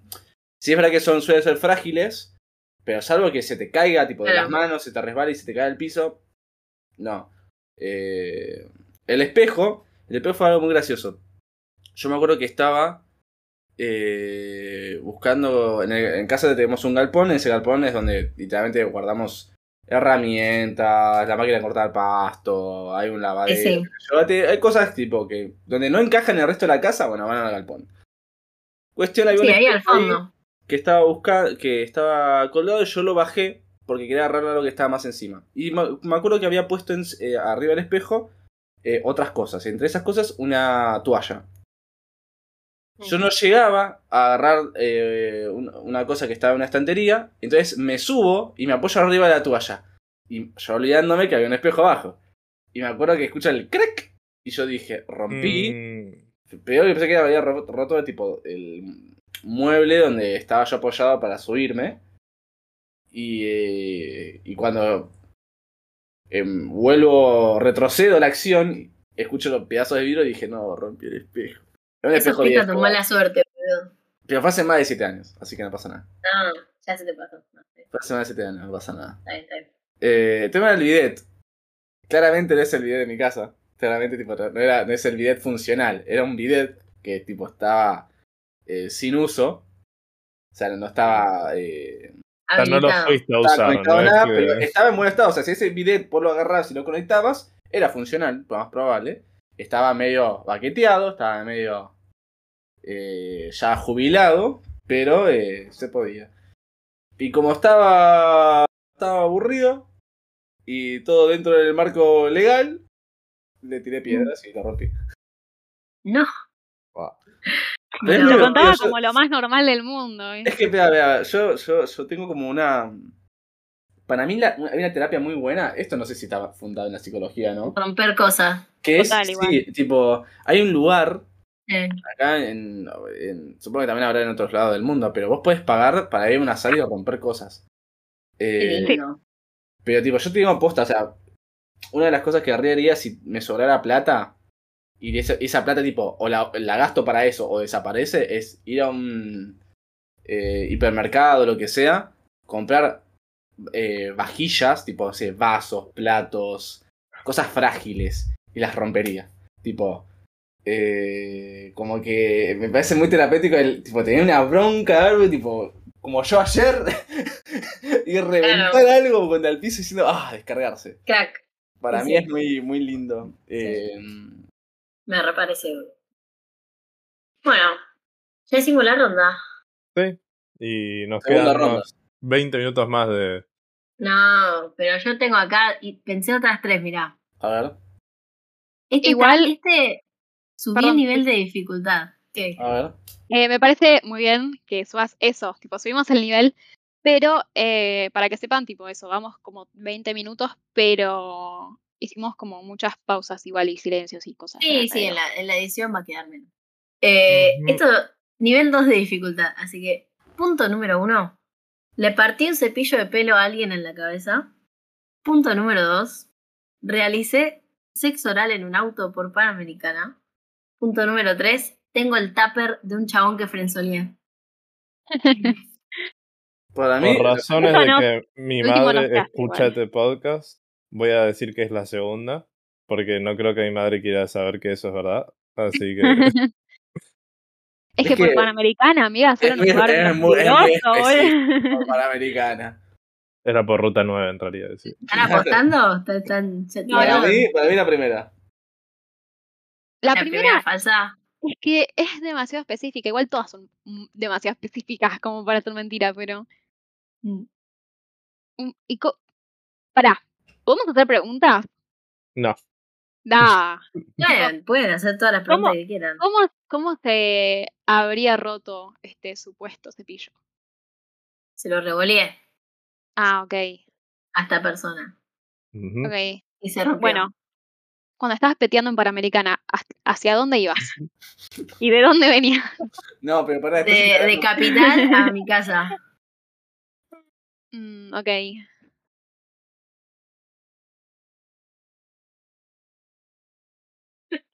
Speaker 4: Sí es verdad que son suelen ser frágiles, pero salvo que se te caiga, tipo, de
Speaker 1: Claro.
Speaker 4: las manos, se te resbala y se te cae al piso. No. Eh, el espejo, el espejo fue algo muy gracioso. Yo me acuerdo que estaba eh, buscando, en, el- en casa tenemos un galpón, en ese galpón es donde literalmente guardamos herramientas, la máquina de cortar pasto, hay un lavadero.
Speaker 1: [laughs] Sí.
Speaker 4: Llévate- Hay cosas tipo que donde no encajan en el resto de la casa, bueno, van al galpón. Cuestión, había un
Speaker 1: Sí, ahí al
Speaker 4: espejo ahí
Speaker 1: fondo.
Speaker 4: que estaba buscando, que estaba colgado y yo lo bajé porque quería agarrar algo que estaba más encima. Y me, me acuerdo que había puesto en- eh, arriba del espejo eh, otras cosas. Entre esas cosas, una toalla. Yo no llegaba a agarrar eh, un- una cosa que estaba en una estantería, entonces me subo y me apoyo arriba de la toalla. Y yo olvidándome que había un espejo abajo. Y me acuerdo que escucha el crack. Y yo dije, rompí.
Speaker 2: Mm,
Speaker 4: Peor que pensé que había ro- roto tipo el mueble donde estaba yo apoyado para subirme. Y, eh, y cuando em, vuelvo, retrocedo la acción, escucho los pedazos de vidrio y dije, no, rompí el espejo. Era un
Speaker 1: Eso
Speaker 4: espejo
Speaker 1: explica
Speaker 4: viejo.
Speaker 1: tu mala suerte, boludo.
Speaker 4: Pero fue hace más de 7 años, así que no pasa nada.
Speaker 1: No, ya se te pasó. No,
Speaker 4: Fue hace más de 7 años, no pasa nada.
Speaker 1: está bien, está bien.
Speaker 4: Eh, tema del bidet. Claramente no es el bidet de mi casa. Claramente tipo, no, no era, no es el bidet funcional. Era un bidet que tipo estaba eh, sin uso. O sea, no estaba... eh,
Speaker 2: o sea, no lo
Speaker 1: Habilitado.
Speaker 2: fuiste a
Speaker 4: estaba
Speaker 2: usar.
Speaker 4: conectado a
Speaker 2: ¿no?
Speaker 4: nada,
Speaker 2: Es que-
Speaker 4: pero estaba en buen estado. O sea, si ese bidet vos lo agarrabas y lo conectabas, era funcional, lo más probable. Estaba medio baqueteado, estaba medio eh, ya jubilado, pero eh, se podía. Y como estaba, estaba aburrido y todo dentro del marco legal, le tiré piedras y lo rompí.
Speaker 1: No. [laughs]
Speaker 2: Wow.
Speaker 4: Pero es
Speaker 1: No.
Speaker 4: muy
Speaker 3: Lo
Speaker 1: Pero
Speaker 3: contaba
Speaker 4: divertido, yo-
Speaker 3: como lo más normal del mundo. ¿eh?
Speaker 4: Es que, vea, vea, yo, yo, yo tengo como una. Para mí, la, una- hay una terapia muy buena. Esto no sé si está fundado en la psicología, ¿no?
Speaker 1: Romper cosas.
Speaker 4: Que es.
Speaker 3: Total,
Speaker 4: Sí,
Speaker 3: igual.
Speaker 4: tipo, hay un lugar
Speaker 1: Eh,
Speaker 4: acá en, en- Supongo que también habrá en otros lados del mundo, pero vos podés pagar para ir a una sala y romper cosas. Eh,
Speaker 1: qué lindo.
Speaker 4: Pero, tipo, yo te digo posta, o sea, una de las cosas que re haría si me sobrara plata. Y esa, esa plata, tipo, o la, la gasto para eso o desaparece, es ir a un eh, hipermercado, lo que sea, comprar eh, vajillas, tipo, no sé, vasos, platos, cosas frágiles, y las rompería. Tipo, eh, como que me parece muy terapéutico el, tipo, tener una bronca, algo, tipo, como yo ayer, [laughs] y reventar algo contra el piso diciendo, ah, descargarse.
Speaker 1: Crack.
Speaker 4: Para
Speaker 1: Sí,
Speaker 4: mí
Speaker 1: sí.
Speaker 4: es muy, muy lindo. Eh,
Speaker 1: Me reparece. boludo. Bueno, Ya hicimos la ronda.
Speaker 2: Y nos
Speaker 4: Segunda
Speaker 2: quedan
Speaker 4: ronda.
Speaker 2: unos 20 minutos más de.
Speaker 1: No, pero yo tengo acá y pensé otras tres, mirá.
Speaker 4: A ver,
Speaker 1: Este está-
Speaker 3: Igual-
Speaker 1: este subí
Speaker 3: Perdón.
Speaker 1: el nivel de dificultad. ¿Qué?
Speaker 4: a ver.
Speaker 3: Eh, me parece muy bien que subas eso, tipo, subimos el nivel, pero eh, para que sepan, tipo, eso, vamos como 20 minutos, pero hicimos como muchas pausas igual y silencios y cosas.
Speaker 1: Sí,
Speaker 3: raras,
Speaker 1: sí, en
Speaker 3: digo.
Speaker 1: la, en la edición va a quedar menos. Eh,
Speaker 2: Ujú.
Speaker 1: Esto, nivel 2 de dificultad. Así que, punto número uno. Le partí un cepillo de pelo a alguien en la cabeza. Punto número dos. Realicé sexo oral en un auto por Panamericana. Punto número tres. Tengo el tupper de un chabón que frenzoneé. [laughs]
Speaker 3: [laughs]
Speaker 4: Para mí, eh,
Speaker 2: Por razones
Speaker 3: Último
Speaker 2: de
Speaker 3: no-
Speaker 2: que mi
Speaker 3: último no
Speaker 2: madre
Speaker 3: está,
Speaker 2: escucha este podcast, voy a decir que es la segunda, porque no creo que mi madre quiera saber que eso es verdad.
Speaker 1: [laughs]
Speaker 2: Así que.
Speaker 3: Es
Speaker 4: Es
Speaker 3: que por
Speaker 4: que-
Speaker 3: Panamericana, [laughs] amiga, solo
Speaker 4: Es
Speaker 3: en un
Speaker 4: muy-
Speaker 3: lugar
Speaker 4: es muy- es muy
Speaker 3: peligroso, boludo.
Speaker 4: por Panamericana.
Speaker 2: Era por ruta 9, entraría a decir.
Speaker 3: [laughs]
Speaker 1: ¿Están apostando? ¿Están- ¿Están
Speaker 3: No,
Speaker 4: Para
Speaker 3: no.
Speaker 1: seteados?
Speaker 4: mí, para mí la primera.
Speaker 3: La
Speaker 1: La
Speaker 3: primera
Speaker 1: primera falsa.
Speaker 3: es que es demasiado específica, igual todas son mm, demasiado específicas como para ser mentira, pero...
Speaker 1: Mm.
Speaker 3: Mm, Y co- Pará, ¿podemos hacer preguntas?
Speaker 2: No.
Speaker 3: Da.
Speaker 1: Pueden, pueden hacer todas las preguntas que quieran.
Speaker 3: ¿Cómo, cómo se habría roto este supuesto cepillo?
Speaker 1: Se lo revoleé
Speaker 3: Ah, ok.
Speaker 1: a esta persona.
Speaker 2: Ujú.
Speaker 3: Ok.
Speaker 1: Y se rompió.
Speaker 3: Bueno, cuando estabas peteando en Panamericana, ¿ha- ¿hacia dónde ibas? ¿Y de dónde venías?
Speaker 4: No, pero para después.
Speaker 1: de, de [laughs] capital a mi casa.
Speaker 3: Mm, ok.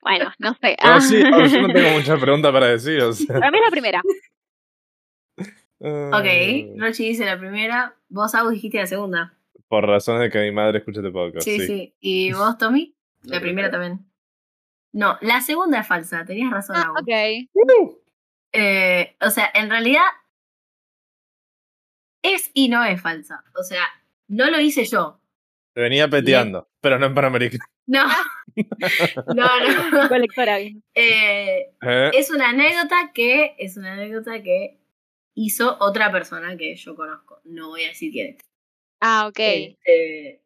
Speaker 3: Bueno, no sé.
Speaker 2: [laughs] Ahora
Speaker 3: Ah.
Speaker 2: sí, ahora yo no tengo mucha pregunta para decir, o sea.
Speaker 3: [laughs] Para mí es la primera.
Speaker 2: eh,
Speaker 1: [laughs] Ok, Rochi dice la primera, vos Agus dijiste la segunda.
Speaker 2: Por razones de que mi madre escucha este podcast.
Speaker 1: Sí,
Speaker 2: Sí,
Speaker 1: sí, ¿Y vos, [laughs] Tommy? La primera también. No, la segunda es falsa, tenías razón,
Speaker 3: Ah,
Speaker 1: Agus.
Speaker 3: ok.
Speaker 1: Eh, o sea, en realidad es y no es falsa. O sea, no lo hice yo.
Speaker 2: Venía peteando, pero no en Panamérica.
Speaker 1: No,
Speaker 3: Ah.
Speaker 1: [laughs] no, no. [laughs]
Speaker 3: [laughs] Colectora. bien.
Speaker 1: Eh,
Speaker 2: [laughs] Eh,
Speaker 1: es una anécdota que es una anécdota que hizo otra persona que yo conozco. No voy a decir quién es.
Speaker 3: Ah, ok.
Speaker 1: Este,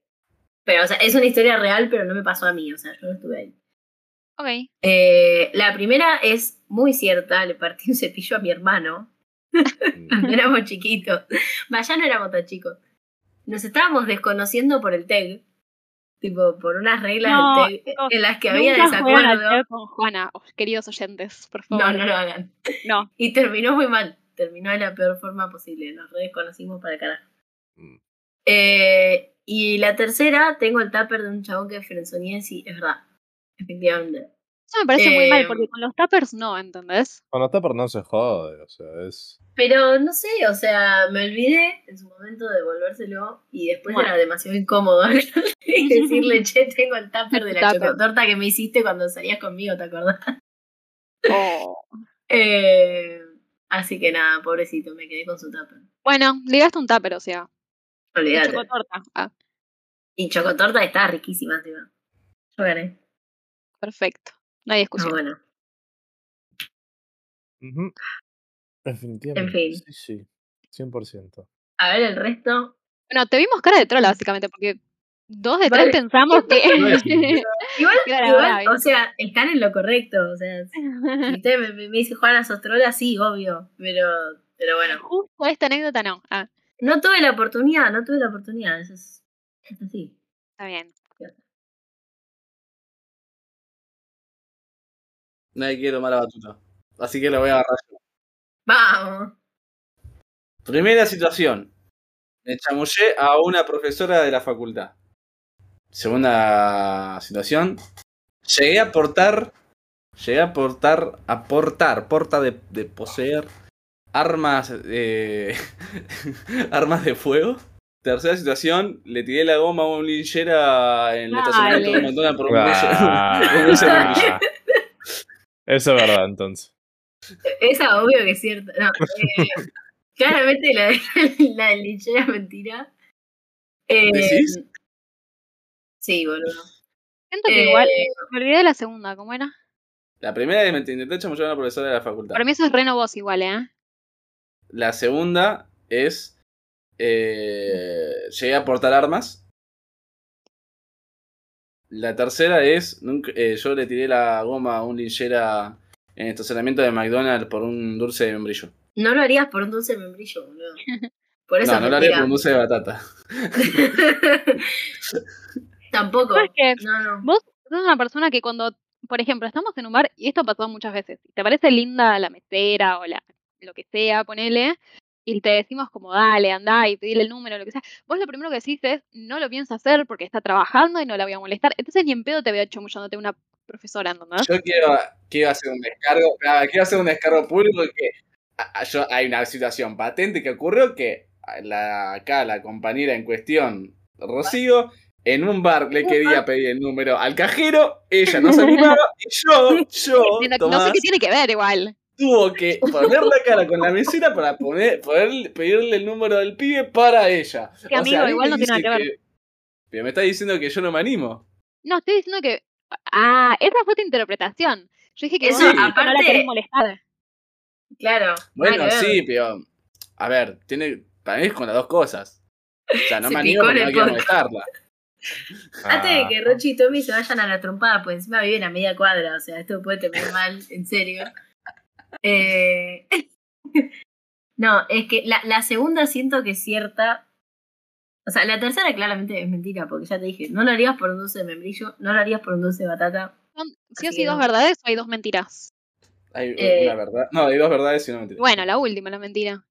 Speaker 1: pero, o sea, es una historia real, pero no me pasó a mí, o sea, yo no estuve ahí.
Speaker 3: Ok.
Speaker 1: Eh, la primera es muy cierta, le partí un cepillo a mi hermano cuando éramos chiquitos. Va, ya no éramos tan chicos. Nos estábamos desconociendo por el TEG, tipo, por unas reglas
Speaker 3: No,
Speaker 1: del TEG
Speaker 3: chicos,
Speaker 1: en las que había
Speaker 3: Nunca jueguen al
Speaker 1: desacuerdo.
Speaker 3: teo con Juana, oh, queridos oyentes, por favor.
Speaker 1: No, no lo hagan.
Speaker 3: No.
Speaker 1: Y terminó muy mal, terminó de la peor forma posible, nos desconocimos para el carajo.
Speaker 2: Mm.
Speaker 1: Eh, y la tercera, tengo el tupper de un chabón que frenzoneé, sí, es verdad. Efectivamente.
Speaker 3: Eso me parece muy mal, porque
Speaker 1: Em.
Speaker 3: con los tappers no, ¿entendés?
Speaker 2: Cuando está por no se jode, o sea, es.
Speaker 1: Pero no sé, o sea, me olvidé en su momento de devolvérselo y después
Speaker 3: Bueno.
Speaker 1: era demasiado incómodo [laughs] decirle, che, tengo el tupper de la
Speaker 3: Tupper.
Speaker 1: chocotorta que me hiciste cuando salías conmigo, ¿te acordás?
Speaker 3: Oh.
Speaker 1: Eh, así que nada, pobrecito, me quedé con su tupper.
Speaker 3: Bueno, ligaste un tupper, o sea, de
Speaker 1: Olvídate.
Speaker 3: chocotorta. Ah,
Speaker 1: Y chocotorta está riquísima encima. Yo gané.
Speaker 3: perfecto. No hay
Speaker 1: No,
Speaker 3: discusión.
Speaker 1: bueno.
Speaker 2: Ujú. Definitivamente.
Speaker 1: En fin.
Speaker 2: Sí, sí. 100%.
Speaker 1: A ver el resto.
Speaker 3: Bueno, te vimos cara de trola, básicamente, porque dos de
Speaker 1: Vale. [laughs]
Speaker 3: tres pensamos [laughs] que.
Speaker 1: Igual,
Speaker 3: Claro,
Speaker 1: igual,
Speaker 3: bravo.
Speaker 1: o sea, están en lo correcto. O sea,
Speaker 4: [laughs]
Speaker 1: Si usted me, me- me dice Juana Sostrola, sí, obvio. Pero, pero bueno.
Speaker 3: Justo esta anécdota no. Ah,
Speaker 1: No tuve la oportunidad, no tuve la oportunidad. Eso es, es así.
Speaker 3: está bien.
Speaker 4: Nadie quiere tomar la batuta. Así que la voy a agarrar. yo.
Speaker 1: Vamos.
Speaker 4: Primera situación. Me chamullé a una profesora de la facultad. Segunda situación. Llegué a portar. Llegué a portar. A portar. Porta de, de poseer. Armas. eh, [laughs] armas de fuego. Tercera situación. Le tiré la goma a un linchera en el estacionamiento de un montón por un
Speaker 2: Ah.
Speaker 4: muelle- un muelle.
Speaker 2: Eso es verdad, entonces.
Speaker 1: Esa obvio que es cierta. No, eh, claramente la, de- [laughs] la del linchera es mentira. Eh,
Speaker 4: ¿Decís?
Speaker 1: Sí, boludo.
Speaker 3: Siento que
Speaker 1: Eh,
Speaker 4: Eh,
Speaker 3: igual. Me olvidé de la segunda, ¿cómo era?
Speaker 4: [laughs] La primera es me intenté chamullar a una profesora de la facultad.
Speaker 3: Para mí eso es reno vos igual, ¿eh?
Speaker 4: La segunda es. eh, llegué a portar armas. La tercera es. nunca- eh, yo le tiré la goma a un linchera en el estacionamiento de McDonald's por un dulce de membrillo.
Speaker 1: No lo harías por un dulce de membrillo, boludo. Por eso
Speaker 4: No, no lo haré por un
Speaker 1: mentira.
Speaker 4: dulce de batata.
Speaker 1: [laughs] Tampoco.
Speaker 3: ¿Sabes qué?
Speaker 1: No, no.
Speaker 3: Vos sos una persona que cuando, por ejemplo, estamos en un bar, y esto ha pasado muchas veces, y te parece linda la mesera o la lo que sea, ponele, y te decimos como, dale, andá y pedirle el número, lo que sea, vos lo primero que decís es, no lo pienso hacer porque está trabajando y no la voy a molestar, entonces ni en pedo te veo chamullándote una profesora, ¿entendés?
Speaker 4: Yo quiero, quiero hacer un descargo, claro, quiero hacer un descargo público que a- a- yo- hay una situación patente que ocurrió que a la, acá la compañera en cuestión, Rocío, en un bar le quería pedir el número al cajero,
Speaker 3: [laughs]
Speaker 4: ella no se animaba y yo, yo,
Speaker 3: No- No,
Speaker 4: Tomás,
Speaker 3: sé qué tiene que ver igual.
Speaker 4: tuvo que poner la cara con la mesera para poner, poder pedirle el número del pibe para ella.
Speaker 3: Que amigo,
Speaker 4: a mí me
Speaker 3: igual no tiene
Speaker 4: dice
Speaker 3: nada que ver.
Speaker 4: pero me está diciendo que yo no me animo.
Speaker 3: No, estoy diciendo que... Ah, esa fue tu interpretación. Yo dije que
Speaker 1: Eso,
Speaker 3: vos dijiste que no la
Speaker 1: aparte-
Speaker 3: querés molestar.
Speaker 1: Claro.
Speaker 4: Bueno,
Speaker 1: nada que ver.
Speaker 4: sí, pero. A ver, tiene. Para mí es con las dos cosas. O sea,
Speaker 1: [laughs]
Speaker 4: no
Speaker 1: Se
Speaker 4: me animo
Speaker 1: picó
Speaker 4: porque
Speaker 1: en
Speaker 4: no
Speaker 1: el
Speaker 4: quiero
Speaker 1: podcast.
Speaker 4: molestarla.
Speaker 1: Antes de
Speaker 2: Ah,
Speaker 1: que Rochi y Tommy se vayan a la trompada, pues encima viven a media cuadra, o sea, esto puede terminar mal, en serio. Eh, [laughs] no, es que la, la segunda siento que es cierta. O sea, la tercera claramente es mentira, porque ya te dije, no lo harías por un dulce de membrillo, no lo harías por un dulce de batata.
Speaker 3: Son, sí o
Speaker 1: Así
Speaker 3: sí
Speaker 1: que
Speaker 3: dos
Speaker 1: no.
Speaker 3: verdades o hay dos mentiras.
Speaker 4: Hay
Speaker 1: Eh.
Speaker 4: una verdad. No, hay dos verdades y una mentira.
Speaker 3: Bueno, la última, la mentira.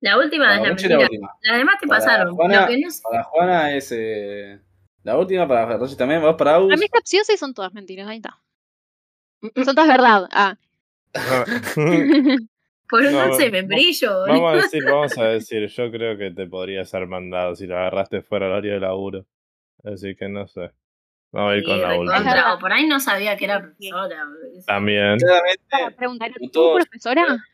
Speaker 1: La última
Speaker 4: para
Speaker 1: es la
Speaker 4: Rochi la
Speaker 1: mentira.
Speaker 4: última.
Speaker 1: Las demás te
Speaker 4: Para
Speaker 1: pasaron.
Speaker 4: Juana-
Speaker 1: lo que no es-
Speaker 4: Para Juana es. eh, la última, para Rochi también, vos para Agus.
Speaker 3: Para mí está sí o sí son todas mentiras, ahí está.
Speaker 1: Mm,
Speaker 3: Son todas verdad. Ah.
Speaker 2: no.
Speaker 1: por un
Speaker 2: No,
Speaker 1: dulce de
Speaker 2: vamos-
Speaker 1: membrillo, boludo.
Speaker 2: vamos a decir, vamos a decir, yo creo que te podría ser mandado si lo agarraste fuera del horario de laburo. Así que no sé. Vamos a ir
Speaker 1: Sí,
Speaker 2: con la
Speaker 1: recontra,
Speaker 2: última.
Speaker 3: última.
Speaker 1: O por ahí no sabía que era profesora. boludo, qué sé yo.
Speaker 2: También. [laughs]
Speaker 3: [laughs] Para
Speaker 4: Claramente.
Speaker 3: preguntar, ¿era tu
Speaker 4: todos-
Speaker 3: profesora?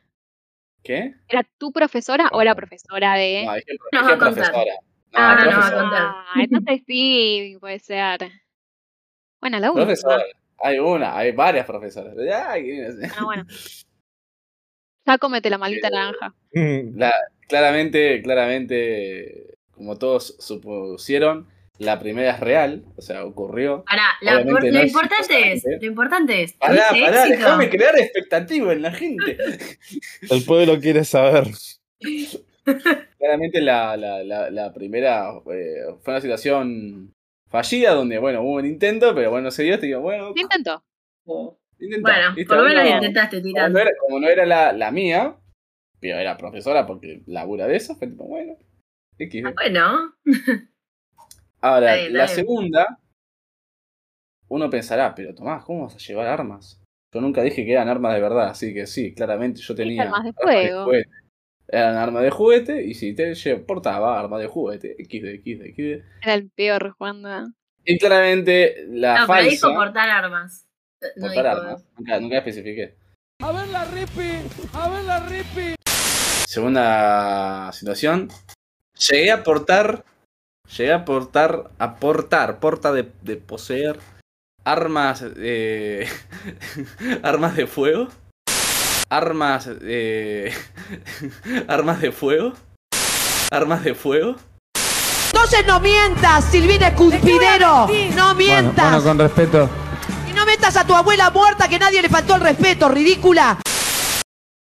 Speaker 4: ¿Qué?
Speaker 3: ¿Era tu profesora o la profesora de.?
Speaker 4: No, dije,
Speaker 1: Nos va
Speaker 4: dije
Speaker 1: a contar.
Speaker 4: profesora. No,
Speaker 1: Ah, no,
Speaker 4: profesora.
Speaker 1: no, no.
Speaker 3: Ah, entonces sí, puede ser. Bueno, la última.
Speaker 4: Profesora. Hay una, hay varias profesoras. Ay, no sé.
Speaker 3: Ah, Bueno, bueno. Ya comete la
Speaker 4: Eh,
Speaker 3: maldita naranja.
Speaker 4: [laughs] Claramente, claramente, como todos supusieron, la primera es real, o sea, ocurrió.
Speaker 1: Pará, la-
Speaker 4: Obviamente
Speaker 1: por-
Speaker 4: no
Speaker 1: lo
Speaker 4: es
Speaker 1: importante es,
Speaker 4: importante.
Speaker 1: lo importante es,
Speaker 4: Pará,
Speaker 1: ¿tuviste
Speaker 4: pará,
Speaker 1: éxito?
Speaker 4: déjame crear expectativa en la gente.
Speaker 2: El pueblo quiere saber.
Speaker 4: Claramente la, la, la, la primera eh, fue una situación fallida donde, bueno, hubo un intento, pero bueno, no se dio, te digo, bueno,
Speaker 3: ¿Qué intentó?
Speaker 4: intentá,
Speaker 1: Bueno,
Speaker 4: ¿viste?
Speaker 1: por lo menos
Speaker 4: No,
Speaker 1: intentaste
Speaker 4: Como no
Speaker 1: tirar.
Speaker 4: era, como no era la, la mía, pero era profesora porque labura de eso, fue tipo, bueno, XD.
Speaker 1: Ah, Bueno,
Speaker 4: Ahora,
Speaker 1: Está bien,
Speaker 4: la
Speaker 1: está bien.
Speaker 4: segunda, uno pensará, pero Tomás, ¿cómo vas a llevar armas? Yo nunca dije que eran armas de verdad, así que sí, claramente yo tenía
Speaker 3: armas de fuego.
Speaker 4: juguete. Eran armas de juguete y si te lle- portaba armas de juguete, XD, XD, XD.
Speaker 3: Era el peor,
Speaker 4: [laughs]
Speaker 3: Juanda.
Speaker 4: Y claramente la
Speaker 1: no, pero
Speaker 4: falsa,
Speaker 1: dijo portar armas. Eh, No
Speaker 4: portar
Speaker 1: dijo- [laughs]
Speaker 4: armas, nunca, nunca especifiqué.
Speaker 6: A ver la ripi, a ver la ripi.
Speaker 4: Segunda situación, llegué a portar, llegué a portar, a portar, porta de, de poseer armas, eh, [laughs] armas de fuego, armas, eh, [laughs] armas de fuego, armas de fuego.
Speaker 7: Entonces no mientas, Silvina Escudpidero. No
Speaker 8: Bueno,
Speaker 7: mientas.
Speaker 8: bueno, con respeto.
Speaker 7: Y no metas a tu abuela muerta que nadie le faltó el respeto, ridícula.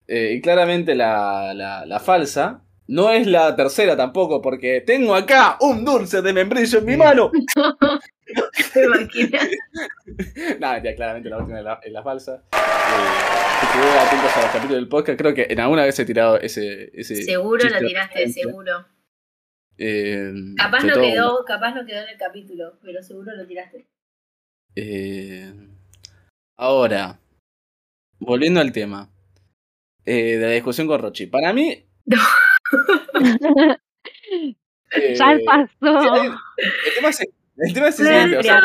Speaker 4: Eh, y claramente la, la, la falsa. No es la tercera tampoco, porque tengo acá un dulce de membrillo en
Speaker 1: [laughs]
Speaker 4: mi mano. [laughs]
Speaker 1: ¿Te
Speaker 2: [laughs]
Speaker 1: imaginas?
Speaker 4: Nada, ya claramente la última es la, es la falsa. Eh, si estuvieron atentos a los capítulos del podcast, creo que en alguna vez he tirado ese. ese
Speaker 1: seguro la
Speaker 4: chiste.
Speaker 1: tiraste, seguro.
Speaker 4: Eh,
Speaker 1: Capaz
Speaker 4: sobre
Speaker 1: no
Speaker 4: todo,
Speaker 1: quedó, capaz no quedó en el capítulo, pero seguro lo tiraste.
Speaker 4: eh, ahora, volviendo al tema eh, de la discusión con Rochi. Para mí.
Speaker 1: [laughs]
Speaker 4: eh,
Speaker 3: ya pasó.
Speaker 4: El tema es el, el tema es el siguiente. o sea,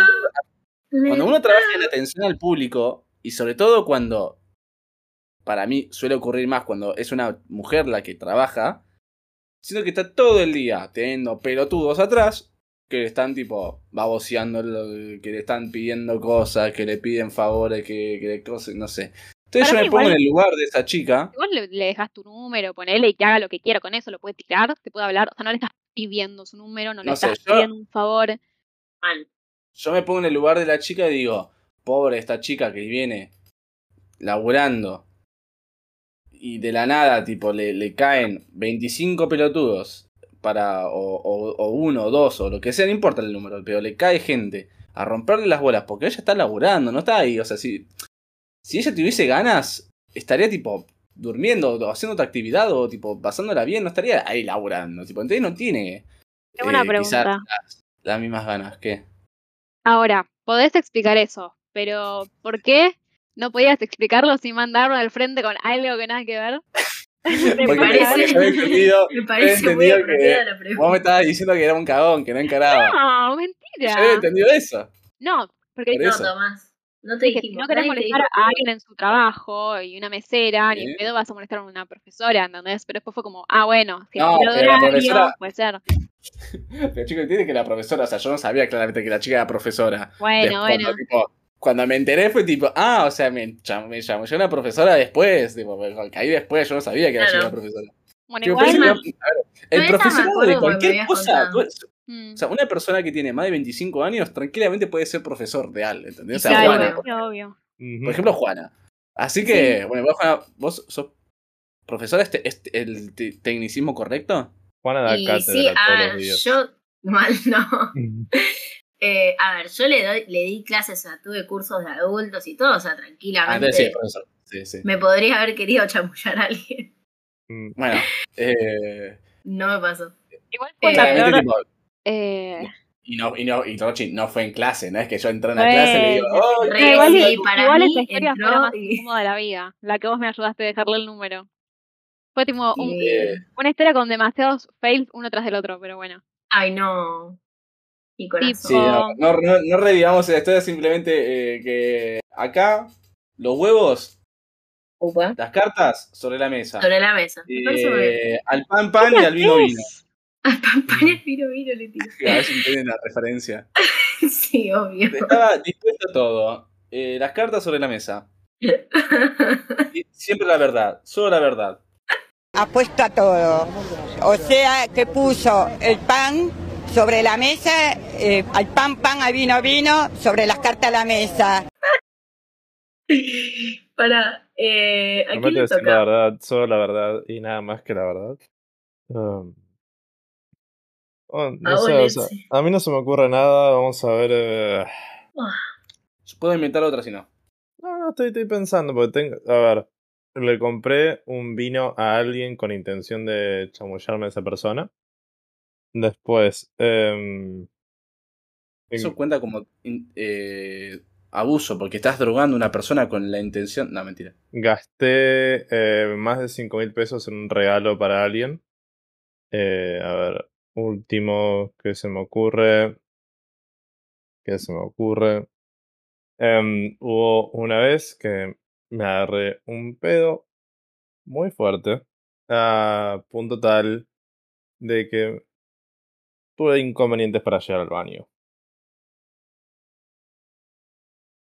Speaker 4: Cuando uno trabaja en la atención al público, y sobre todo cuando, para mí suele ocurrir más cuando es una mujer la que trabaja, sino que está todo el día teniendo pelotudos atrás que le están tipo baboseando, lo- que le están pidiendo cosas, que le piden favores, que, que le cosas, no sé.
Speaker 3: Para
Speaker 4: Entonces yo
Speaker 3: mí
Speaker 4: me pongo
Speaker 3: igual-
Speaker 4: en el lugar de esa chica.
Speaker 3: Si vos le, le dejas tu número, ponele y que haga lo que quiera con eso, lo puede tirar, te puede hablar. O sea, no le estás pidiendo su número, no le
Speaker 4: No sé,
Speaker 3: estás
Speaker 4: yo-
Speaker 3: pidiendo un favor.
Speaker 1: Mal.
Speaker 4: Yo me pongo en el lugar de la chica y digo, pobre esta chica que viene laburando. Y de la nada, tipo, le, le caen 25 pelotudos para, o, o, o uno, o dos, o lo que sea, no importa el número, pero le cae gente a romperle las bolas porque ella está laburando, no está ahí. O sea, si, si ella tuviese ganas, estaría tipo durmiendo, o haciendo otra actividad, o tipo pasándola bien, no estaría ahí laburando. Tipo, entonces no tiene.
Speaker 3: Tengo una
Speaker 4: quizás
Speaker 3: pregunta.
Speaker 4: las, las mismas ganas, ¿qué?
Speaker 3: Ahora, podés explicar eso, pero ¿por qué no podías explicarlo sin mandarlo al frente con algo que nada que ver?
Speaker 1: Me
Speaker 4: [laughs] Porque-
Speaker 1: parece,
Speaker 4: porque yo he entendido-
Speaker 1: me parece muy
Speaker 4: entendido que-
Speaker 1: apropiada la pregunta.
Speaker 4: Vos me estabas diciendo que era un cagón, que no encaraba.
Speaker 3: No,
Speaker 4: Yo había
Speaker 3: mentira.
Speaker 4: entendido eso.
Speaker 3: No, porque
Speaker 4: Por
Speaker 1: No,
Speaker 4: eso.
Speaker 1: Tomás. No te
Speaker 3: dije, si
Speaker 1: dijimos.
Speaker 3: no querés
Speaker 1: nadie te
Speaker 3: molestar
Speaker 1: dijo.
Speaker 3: a alguien en su trabajo y una mesera, ni
Speaker 4: Sí.
Speaker 3: en pedo vas a molestar a una profesora, ¿entendés? Pero después fue como, ah, bueno, si
Speaker 4: No,
Speaker 3: el
Speaker 4: pero la
Speaker 3: horario
Speaker 4: profesora-
Speaker 3: puede ser.
Speaker 4: Pero chico, entiende que la profesora, o sea, yo no sabía claramente que la chica era profesora.
Speaker 3: Bueno,
Speaker 4: Después,
Speaker 3: bueno.
Speaker 4: cuando, tipo, cuando me enteré fue tipo, ah, o sea, me llam- me llamó, yo una profesora después, tipo, me caí después, yo no sabía que la
Speaker 1: Claro.
Speaker 4: chica era profesora.
Speaker 3: Bueno,
Speaker 4: Tipo,
Speaker 3: igual.
Speaker 4: pensé que
Speaker 1: ma-
Speaker 4: era- a ver,
Speaker 1: Yo esa
Speaker 4: el
Speaker 1: me
Speaker 4: profesorado
Speaker 1: acuerdo porque
Speaker 4: de
Speaker 1: me
Speaker 4: cualquier
Speaker 1: habías
Speaker 4: cosa,
Speaker 1: contado.
Speaker 4: tú-
Speaker 3: mm.
Speaker 4: o sea, una persona que tiene más de 25 años tranquilamente puede ser profesor de algo, ¿entendés? O sea,
Speaker 3: Claro,
Speaker 4: Juana,
Speaker 1: bueno.
Speaker 3: sí, obvio.
Speaker 2: Ujú.
Speaker 4: Por ejemplo, Juana. Así que, bueno, vos, Juana, vos sos profesora, este, este- el te- tecnicismo correcto.
Speaker 2: Juana da
Speaker 1: Y
Speaker 2: cátedra
Speaker 1: sí, a
Speaker 2: todos
Speaker 1: ver,
Speaker 2: los días.
Speaker 1: yo. [laughs] Mal, no. Eh, a ver, yo le, doy, le di clases, o sea, tuve cursos de adultos y todo, o sea,
Speaker 4: Ah, entonces sí,
Speaker 1: tranquilamente.
Speaker 4: profesor. Sí, sí.
Speaker 1: me podría haber querido chamullar a alguien.
Speaker 2: Mm.
Speaker 4: Bueno, eh,
Speaker 1: No me pasó.
Speaker 3: Igual fue
Speaker 1: Eh,
Speaker 3: la
Speaker 4: claramente,
Speaker 3: peor.
Speaker 4: tipo,
Speaker 3: eh,
Speaker 4: y no, y no, y Trochi no fue en clase, no es que yo entré en la
Speaker 3: Bueno.
Speaker 4: clase y le digo, ¡oh!
Speaker 1: Re-
Speaker 4: qué
Speaker 1: igual
Speaker 4: onda".
Speaker 1: sí, para
Speaker 3: igual
Speaker 1: mí
Speaker 3: esa historia fue la
Speaker 1: entró
Speaker 3: más
Speaker 1: y-
Speaker 3: incómoda de la vida, la que vos me ayudaste a dejarle el número. Fue tipo un-
Speaker 4: Eh,
Speaker 3: una historia con demasiados fails uno tras del otro, pero bueno.
Speaker 1: Ay, no. Mi corazón.
Speaker 4: sí, no, no, no, no revivamos la historia, simplemente eh, que acá los huevos,
Speaker 1: Upa.
Speaker 4: las cartas sobre la mesa.
Speaker 1: Sobre la mesa. Me parece muy bien. Ah,
Speaker 4: Eh, al pan pan y al vino vino.
Speaker 1: Al pan, pan, al vino, vino, le
Speaker 2: [laughs]
Speaker 1: tiro. [laughs]
Speaker 4: A ver si entienden la referencia.
Speaker 1: Sí, obvio. [laughs]
Speaker 4: Estaba dispuesto a todo. Eh, las cartas sobre la mesa. Y Siempre la verdad, solo la verdad.
Speaker 8: Apuesto a todo. O sea, que puso el pan sobre la mesa, eh, al pan, pan, al vino, vino, sobre las cartas a la mesa.
Speaker 1: Para, eh, ¿a quién
Speaker 2: Promete
Speaker 1: le
Speaker 2: decir la
Speaker 1: toca?
Speaker 2: verdad, solo la verdad y nada más que la verdad. Um, oh, no
Speaker 1: A vos,
Speaker 2: sé, o sea,
Speaker 1: Nancy.
Speaker 2: a mí no se me ocurre nada. Vamos a ver. eh,
Speaker 4: Puedo inventar otra si no.
Speaker 2: No, no, estoy, estoy pensando. Porque tengo, a ver, le compré un vino a alguien con intención de chamullarme a esa persona. Después, em,
Speaker 4: Eso cuenta como in- eh, abuso, porque estás drogando a una persona con la intención. No, mentira.
Speaker 2: Gasté eh, más de 5 mil pesos en un regalo para alguien. Eh, a ver, último que se me ocurre. Que se me ocurre. Em, hubo una vez que me agarré un pedo muy fuerte. A punto tal de que tuve inconvenientes para llegar al baño.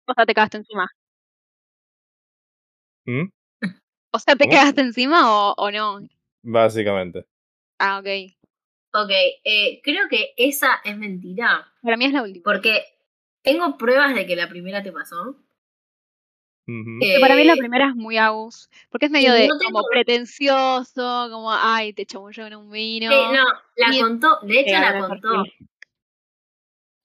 Speaker 3: O sea, te cagaste encima.
Speaker 2: ¿Mm?
Speaker 3: O sea, ¿te
Speaker 2: ¿Cómo?
Speaker 3: cagaste encima o, o no?
Speaker 2: Básicamente.
Speaker 3: Ah, ok.
Speaker 1: Ok, eh, creo que esa es mentira.
Speaker 3: Para mí es la última.
Speaker 1: Porque tengo pruebas de que la primera te pasó.
Speaker 2: Ujú.
Speaker 3: Pero para mí la
Speaker 1: Eh,
Speaker 3: primera es muy agus. Porque es medio
Speaker 1: no
Speaker 3: de
Speaker 1: tengo-
Speaker 3: como pretencioso, como, ay, te chamulló en un vino.
Speaker 1: Sí, no, la
Speaker 3: Bien.
Speaker 1: contó, de hecho
Speaker 3: Pegar
Speaker 1: la
Speaker 3: el
Speaker 1: contó.
Speaker 3: perfil.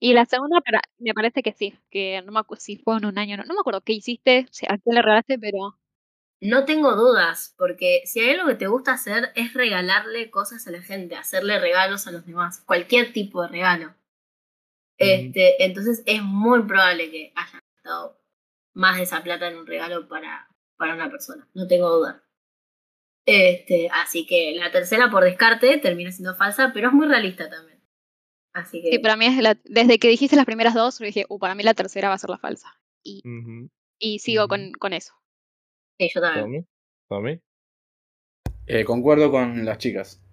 Speaker 3: Y la segunda, para- me parece que sí, que no me acuerdo si fue en un año, no, no me acuerdo qué hiciste, si a quién le regalaste, pero
Speaker 1: No tengo dudas, porque si hay algo que te gusta hacer es regalarle cosas a la gente, hacerle regalos a los demás, cualquier tipo de regalo. Este, entonces es muy probable que haya gastado más de esa plata en un regalo para, para una persona, no tengo duda. Este, así que la tercera por descarte termina siendo falsa, pero es muy realista también. Así que
Speaker 3: sí, para mí es la- desde que dijiste las primeras dos, yo dije, uh, para mí la tercera va a ser la falsa. Y,
Speaker 2: Ujú.
Speaker 3: y sigo
Speaker 2: Ujú.
Speaker 3: con, con eso.
Speaker 1: sí, yo también.
Speaker 2: Tommy, Tommy.
Speaker 4: Eh, concuerdo con las chicas.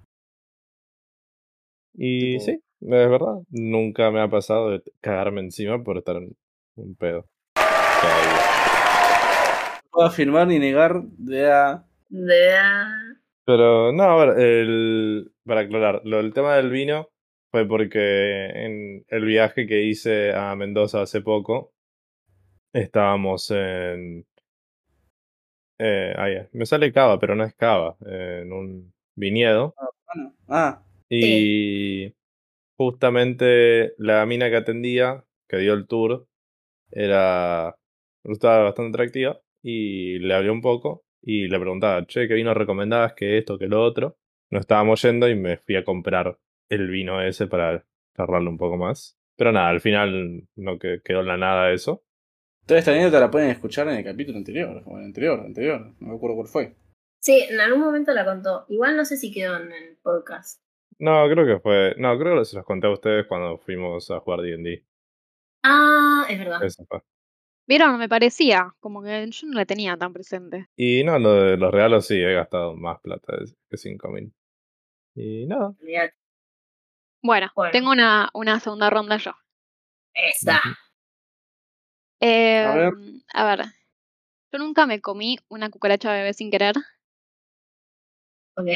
Speaker 2: Y
Speaker 4: Tipo-
Speaker 2: sí, es verdad. Nunca me ha pasado de cagarme encima por estar en un pedo. Todavía.
Speaker 4: puedo afirmar ni negar de la-
Speaker 1: De- ah,
Speaker 2: Pero no, a ver, el, para aclarar, lo del tema del vino fue porque en el viaje que hice a Mendoza hace poco, estábamos en... Eh, ay, me sale cava, pero no es cava, en un viñedo.
Speaker 4: Bueno, ah,
Speaker 2: Y justamente la mina que atendía, que dio el tour, era. estaba bastante atractiva. Y le hablé un poco. Y le preguntaba, che, ¿qué vino recomendabas? ¿Qué esto? ¿Qué lo otro? Nos estábamos yendo y me fui a comprar el vino ese para charlarlo un poco más. Pero nada, al final no que- quedó en la nada eso.
Speaker 4: toda esta anécdota la pueden escuchar en el capítulo anterior, o en el anterior, anterior, no me acuerdo cuál fue.
Speaker 1: Sí, en algún momento la contó. Igual no sé si quedó en el podcast.
Speaker 2: No, creo que fue. No, creo que se los conté a ustedes cuando fuimos a jugar DD.
Speaker 1: Ah, es verdad.
Speaker 2: Eso fue.
Speaker 3: ¿Vieron? Me parecía. Como que yo no la tenía tan presente.
Speaker 2: Y no, lo de los regalos sí, he gastado más plata de- que 5.000. Y nada.
Speaker 1: Olvidate.
Speaker 3: Bueno,
Speaker 1: Bueno.
Speaker 3: tengo una, una segunda ronda yo.
Speaker 1: Esa.
Speaker 3: Eh, a,
Speaker 4: ver.
Speaker 3: ver. Yo nunca me comí una cucaracha bebé sin querer. [laughs]
Speaker 1: Ok.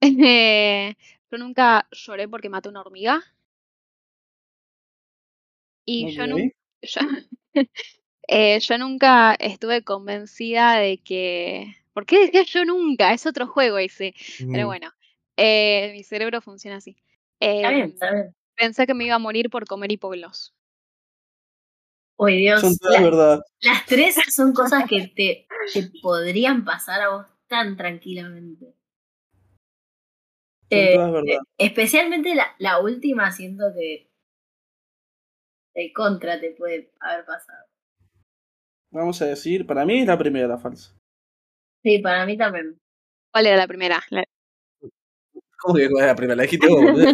Speaker 3: Eh, yo nunca lloré porque maté una hormiga. Y yo,
Speaker 4: Ok.
Speaker 3: nun- yo, [laughs] eh, yo nunca estuve convencida de que... ¿Por qué decía yo nunca? Es otro juego ese.
Speaker 2: mm,
Speaker 3: Pero bueno, eh, mi cerebro funciona así.
Speaker 1: Está bien,
Speaker 3: Em,
Speaker 1: está bien.
Speaker 3: pensé que me iba a morir por comer hipoglos.
Speaker 1: Uy, Dios.
Speaker 4: Son todas
Speaker 1: La-
Speaker 4: verdad.
Speaker 1: las tres son cosas que te, te podrían pasar a vos tan tranquilamente.
Speaker 4: Son
Speaker 1: Eh,
Speaker 4: todas verdad.
Speaker 1: Especialmente la, la última, siento que de contra te puede haber pasado.
Speaker 4: Vamos a decir, para mí es la primera la falsa.
Speaker 1: Sí, para mí también.
Speaker 3: ¿Cuál era la primera? La-
Speaker 4: ¿Cómo que cuál es la primera?
Speaker 1: [laughs]
Speaker 4: La dijiste vos, boludo.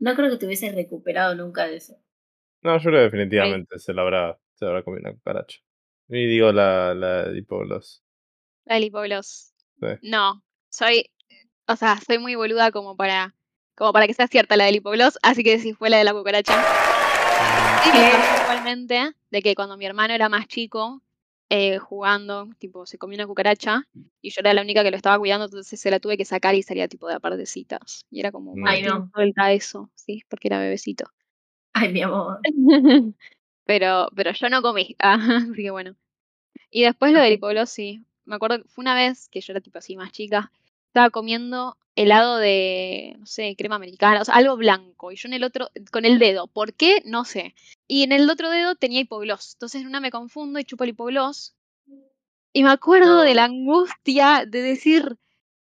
Speaker 1: No creo que te hubieses recuperado nunca de eso.
Speaker 2: No, yo creo que definitivamente se la habrá, se la habrá comido una cucaracha. Y digo la, la de Hipoglos.
Speaker 3: La del hipoglos.
Speaker 2: Sí.
Speaker 3: No, soy, o sea, soy muy boluda como para, como para que sea cierta la del hipoglos, así que si fue la de la cucaracha. Sí,
Speaker 7: Eh,
Speaker 3: me pasó igualmente de que cuando mi hermano era más chico, eh, jugando, tipo, se comió una cucaracha y yo era la única que lo estaba cuidando, entonces se la tuve que sacar y salía tipo de apartecitas. Y era como,
Speaker 1: Ay,
Speaker 3: "Martín,
Speaker 1: no.
Speaker 3: suelta eso, sí, porque era bebecito.
Speaker 1: Ay, mi amor.
Speaker 3: [laughs] pero, pero yo no comí. [laughs] Ah, así que bueno. Y después lo del hipoglos, sí. Me acuerdo que fue una vez que yo era tipo así más chica. Estaba comiendo helado de, no sé, crema americana, o sea, algo blanco. Y yo en el otro, con el dedo. ¿Por qué? No sé. Y en el otro dedo tenía hipoglos. Entonces en una me confundo y chupo el hipoglos. Y me acuerdo de la angustia de decir,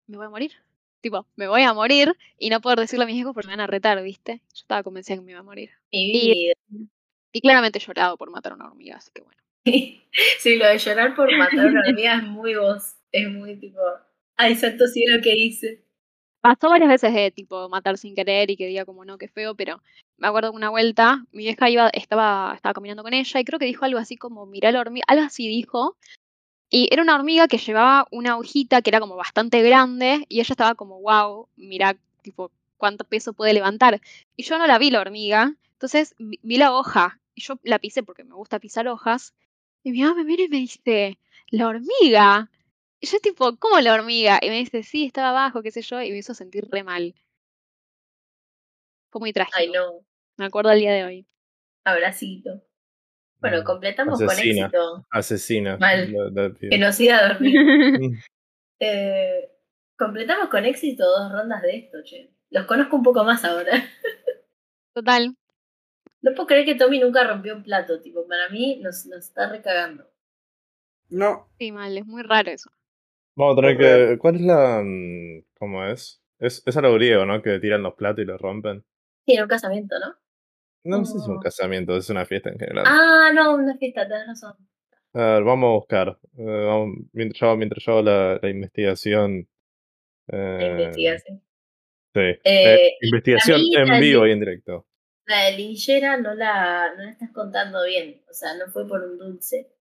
Speaker 3: me voy a morir. Tipo, me voy a morir y no poder decirlo a mis hijos porque me van a retar, ¿viste? Yo estaba convencida que me iba a morir.
Speaker 1: Mi
Speaker 3: Y-
Speaker 1: vida.
Speaker 3: Y claramente he llorado por matar a una hormiga, así que bueno.
Speaker 1: Sí, lo de llorar por matar a una amiga es muy vos. Es muy tipo. Ay, santo cielo, ¿qué hice?
Speaker 3: Pasó varias veces de tipo matar sin querer y que diga como no, qué feo, pero me acuerdo que una vuelta mi vieja iba, estaba, estaba caminando con ella y creo que dijo algo así como mirá la hormiga, algo así dijo. Y era una hormiga que llevaba una hojita que era como bastante grande y ella estaba como wow, mirá tipo cuánto peso puede levantar. Y yo no la vi la hormiga, entonces vi, vi la hoja y yo la pisé porque me gusta pisar hojas. Y mi mamá me mira y me dice, la hormiga. Y yo tipo, ¿cómo la hormiga? Y me dice, sí, estaba abajo, qué sé yo, y me hizo sentir re mal. Fue muy trágico.
Speaker 1: Ay, no.
Speaker 3: Me acuerdo al día
Speaker 1: [laughs]
Speaker 3: de hoy.
Speaker 1: Abracito. Bueno, completamos
Speaker 2: Mm, Asesina.
Speaker 1: con éxito.
Speaker 2: Asesina.
Speaker 1: Mal.
Speaker 2: la- la piba.
Speaker 1: Que nos iba a dormir.
Speaker 2: [laughs]
Speaker 1: [laughs]
Speaker 2: Mm.
Speaker 1: Eh, completamos con éxito dos rondas de esto, che. Los conozco un poco más ahora. [laughs]
Speaker 3: Total.
Speaker 1: No puedo creer que Tommy nunca rompió un plato, tipo, para mí nos, nos está recagando.
Speaker 4: No,
Speaker 3: Sí, mal, es muy raro eso.
Speaker 1: [laughs]
Speaker 2: Vamos a tener que. ¿Cuál es la. mm, ¿Cómo es? Es, es algo griego, ¿no? Que tiran los platos y los rompen.
Speaker 1: Sí, era un casamiento, ¿no?
Speaker 2: No, sé si es un
Speaker 1: No.
Speaker 2: casamiento, es una fiesta en general.
Speaker 1: Oh. Ah, no, una fiesta, tenés razón.
Speaker 2: A ver, vamos a buscar. Eh, vamos- mientras, yo, hago- mientras yo hago la, la investigación.
Speaker 1: La
Speaker 2: eh,
Speaker 1: investigación.
Speaker 2: sí. Eh,
Speaker 1: Eh,
Speaker 2: investigación
Speaker 1: mí la
Speaker 2: en vivo e
Speaker 1: li-
Speaker 2: y en directo.
Speaker 1: La de linchera no la, no la estás contando bien, o sea, no fue por un dulce.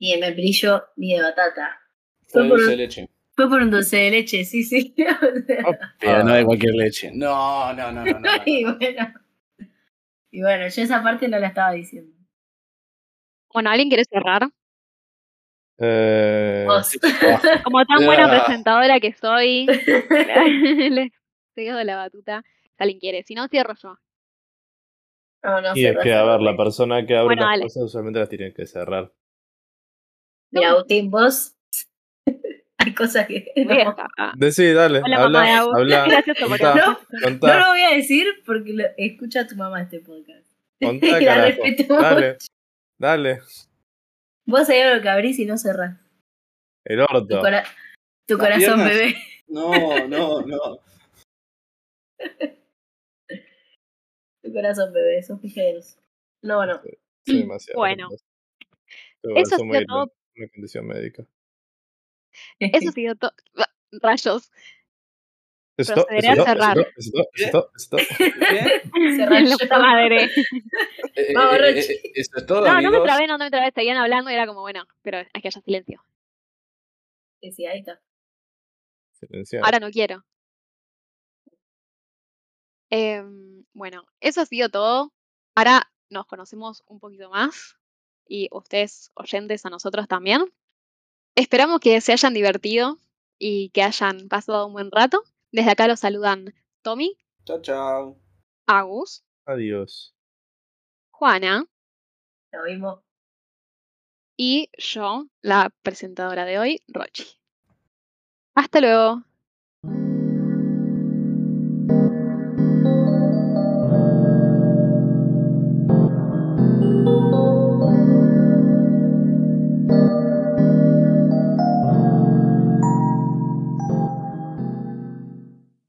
Speaker 1: Ni de membrillo, ni de batata.
Speaker 4: fue
Speaker 1: Fue por,
Speaker 4: dulce de leche.
Speaker 1: Fue por un dulce de leche, sí, sí. [laughs] O sea,
Speaker 4: Pero no de cualquier leche. Ah. No, no, no, no. no, Oh, no.
Speaker 1: y bueno. Y bueno, yo esa parte no la estaba diciendo.
Speaker 3: Bueno, ¿alguien quiere cerrar?
Speaker 2: Eh,
Speaker 1: Vos.
Speaker 3: Como tan buena
Speaker 4: Ah.
Speaker 3: presentadora que soy, [laughs] les cedo la batuta. Si alguien quiere, si no, cierro yo.
Speaker 1: [laughs] No, no
Speaker 2: y
Speaker 1: sé,
Speaker 2: es
Speaker 1: no
Speaker 2: que,
Speaker 1: sé.
Speaker 2: a ver, la persona que abre
Speaker 3: Bueno,
Speaker 2: las
Speaker 3: dale.
Speaker 2: cosas usualmente las tiene que cerrar.
Speaker 1: Mira, Agustín, vos. [laughs] Hay cosas que.
Speaker 3: Voy a
Speaker 1: No,
Speaker 3: estar- ah.
Speaker 2: Decí, dale,
Speaker 3: Hola, mamá de
Speaker 2: habla,
Speaker 3: Agus.
Speaker 2: habla,
Speaker 3: [laughs] Gracias por
Speaker 4: Ah,
Speaker 2: contá,
Speaker 1: No, no
Speaker 2: contá,
Speaker 1: lo voy a decir porque lo- escucha a tu mamá este podcast.
Speaker 2: contá,
Speaker 1: la
Speaker 2: carajo.
Speaker 1: respeto
Speaker 2: Dale, dale,
Speaker 1: Vos sabés lo que abrís y no cerrás.
Speaker 2: el
Speaker 1: Tu,
Speaker 2: orto.
Speaker 1: cora- tu
Speaker 4: Las
Speaker 1: corazón,
Speaker 4: piernas.
Speaker 1: bebé.
Speaker 4: No, no,
Speaker 3: [laughs]
Speaker 4: no.
Speaker 1: Tu corazón, bebé. Sos muy generoso. No, bueno.
Speaker 2: Sí, demasiado.
Speaker 3: Bueno.
Speaker 2: Pero
Speaker 3: Eso ha
Speaker 2: es
Speaker 3: sido
Speaker 2: muy-
Speaker 3: todo.
Speaker 2: Una condición médica.
Speaker 4: [laughs]
Speaker 3: Eso ha sido todo. [laughs] Rayos.
Speaker 2: Eso es todo, eso
Speaker 3: Procederé a
Speaker 2: es todo,
Speaker 3: cerrar.
Speaker 2: eso es todo, eso es todo, eso es todo.
Speaker 3: [laughs]
Speaker 4: ¿Qué?
Speaker 1: Cerrar
Speaker 3: La
Speaker 1: yo.
Speaker 3: puta madre.
Speaker 4: Eh, eh,
Speaker 1: Vamos,
Speaker 4: eh,
Speaker 1: Rochi.
Speaker 4: eh, [laughs] eso es todo,
Speaker 3: No, no me
Speaker 4: amigos.
Speaker 3: trabé, no, no me trabé. Seguían hablando y era como, bueno, pero es que haya silencio.
Speaker 4: eh.
Speaker 1: Sí, sí, ahí está.
Speaker 2: Silenciado.
Speaker 3: Ahora no quiero. Em, bueno, eso ha sido todo. Ahora nos conocemos un poquito más y ustedes oyentes a nosotros también. Esperamos que se hayan divertido y que hayan pasado un buen rato. Desde acá los saludan Tommy,
Speaker 4: Chao, chao.
Speaker 3: Agus,
Speaker 2: Adiós.
Speaker 3: Juana
Speaker 1: Lo mismo.
Speaker 3: y yo, la presentadora de hoy, Rochi. Hasta luego.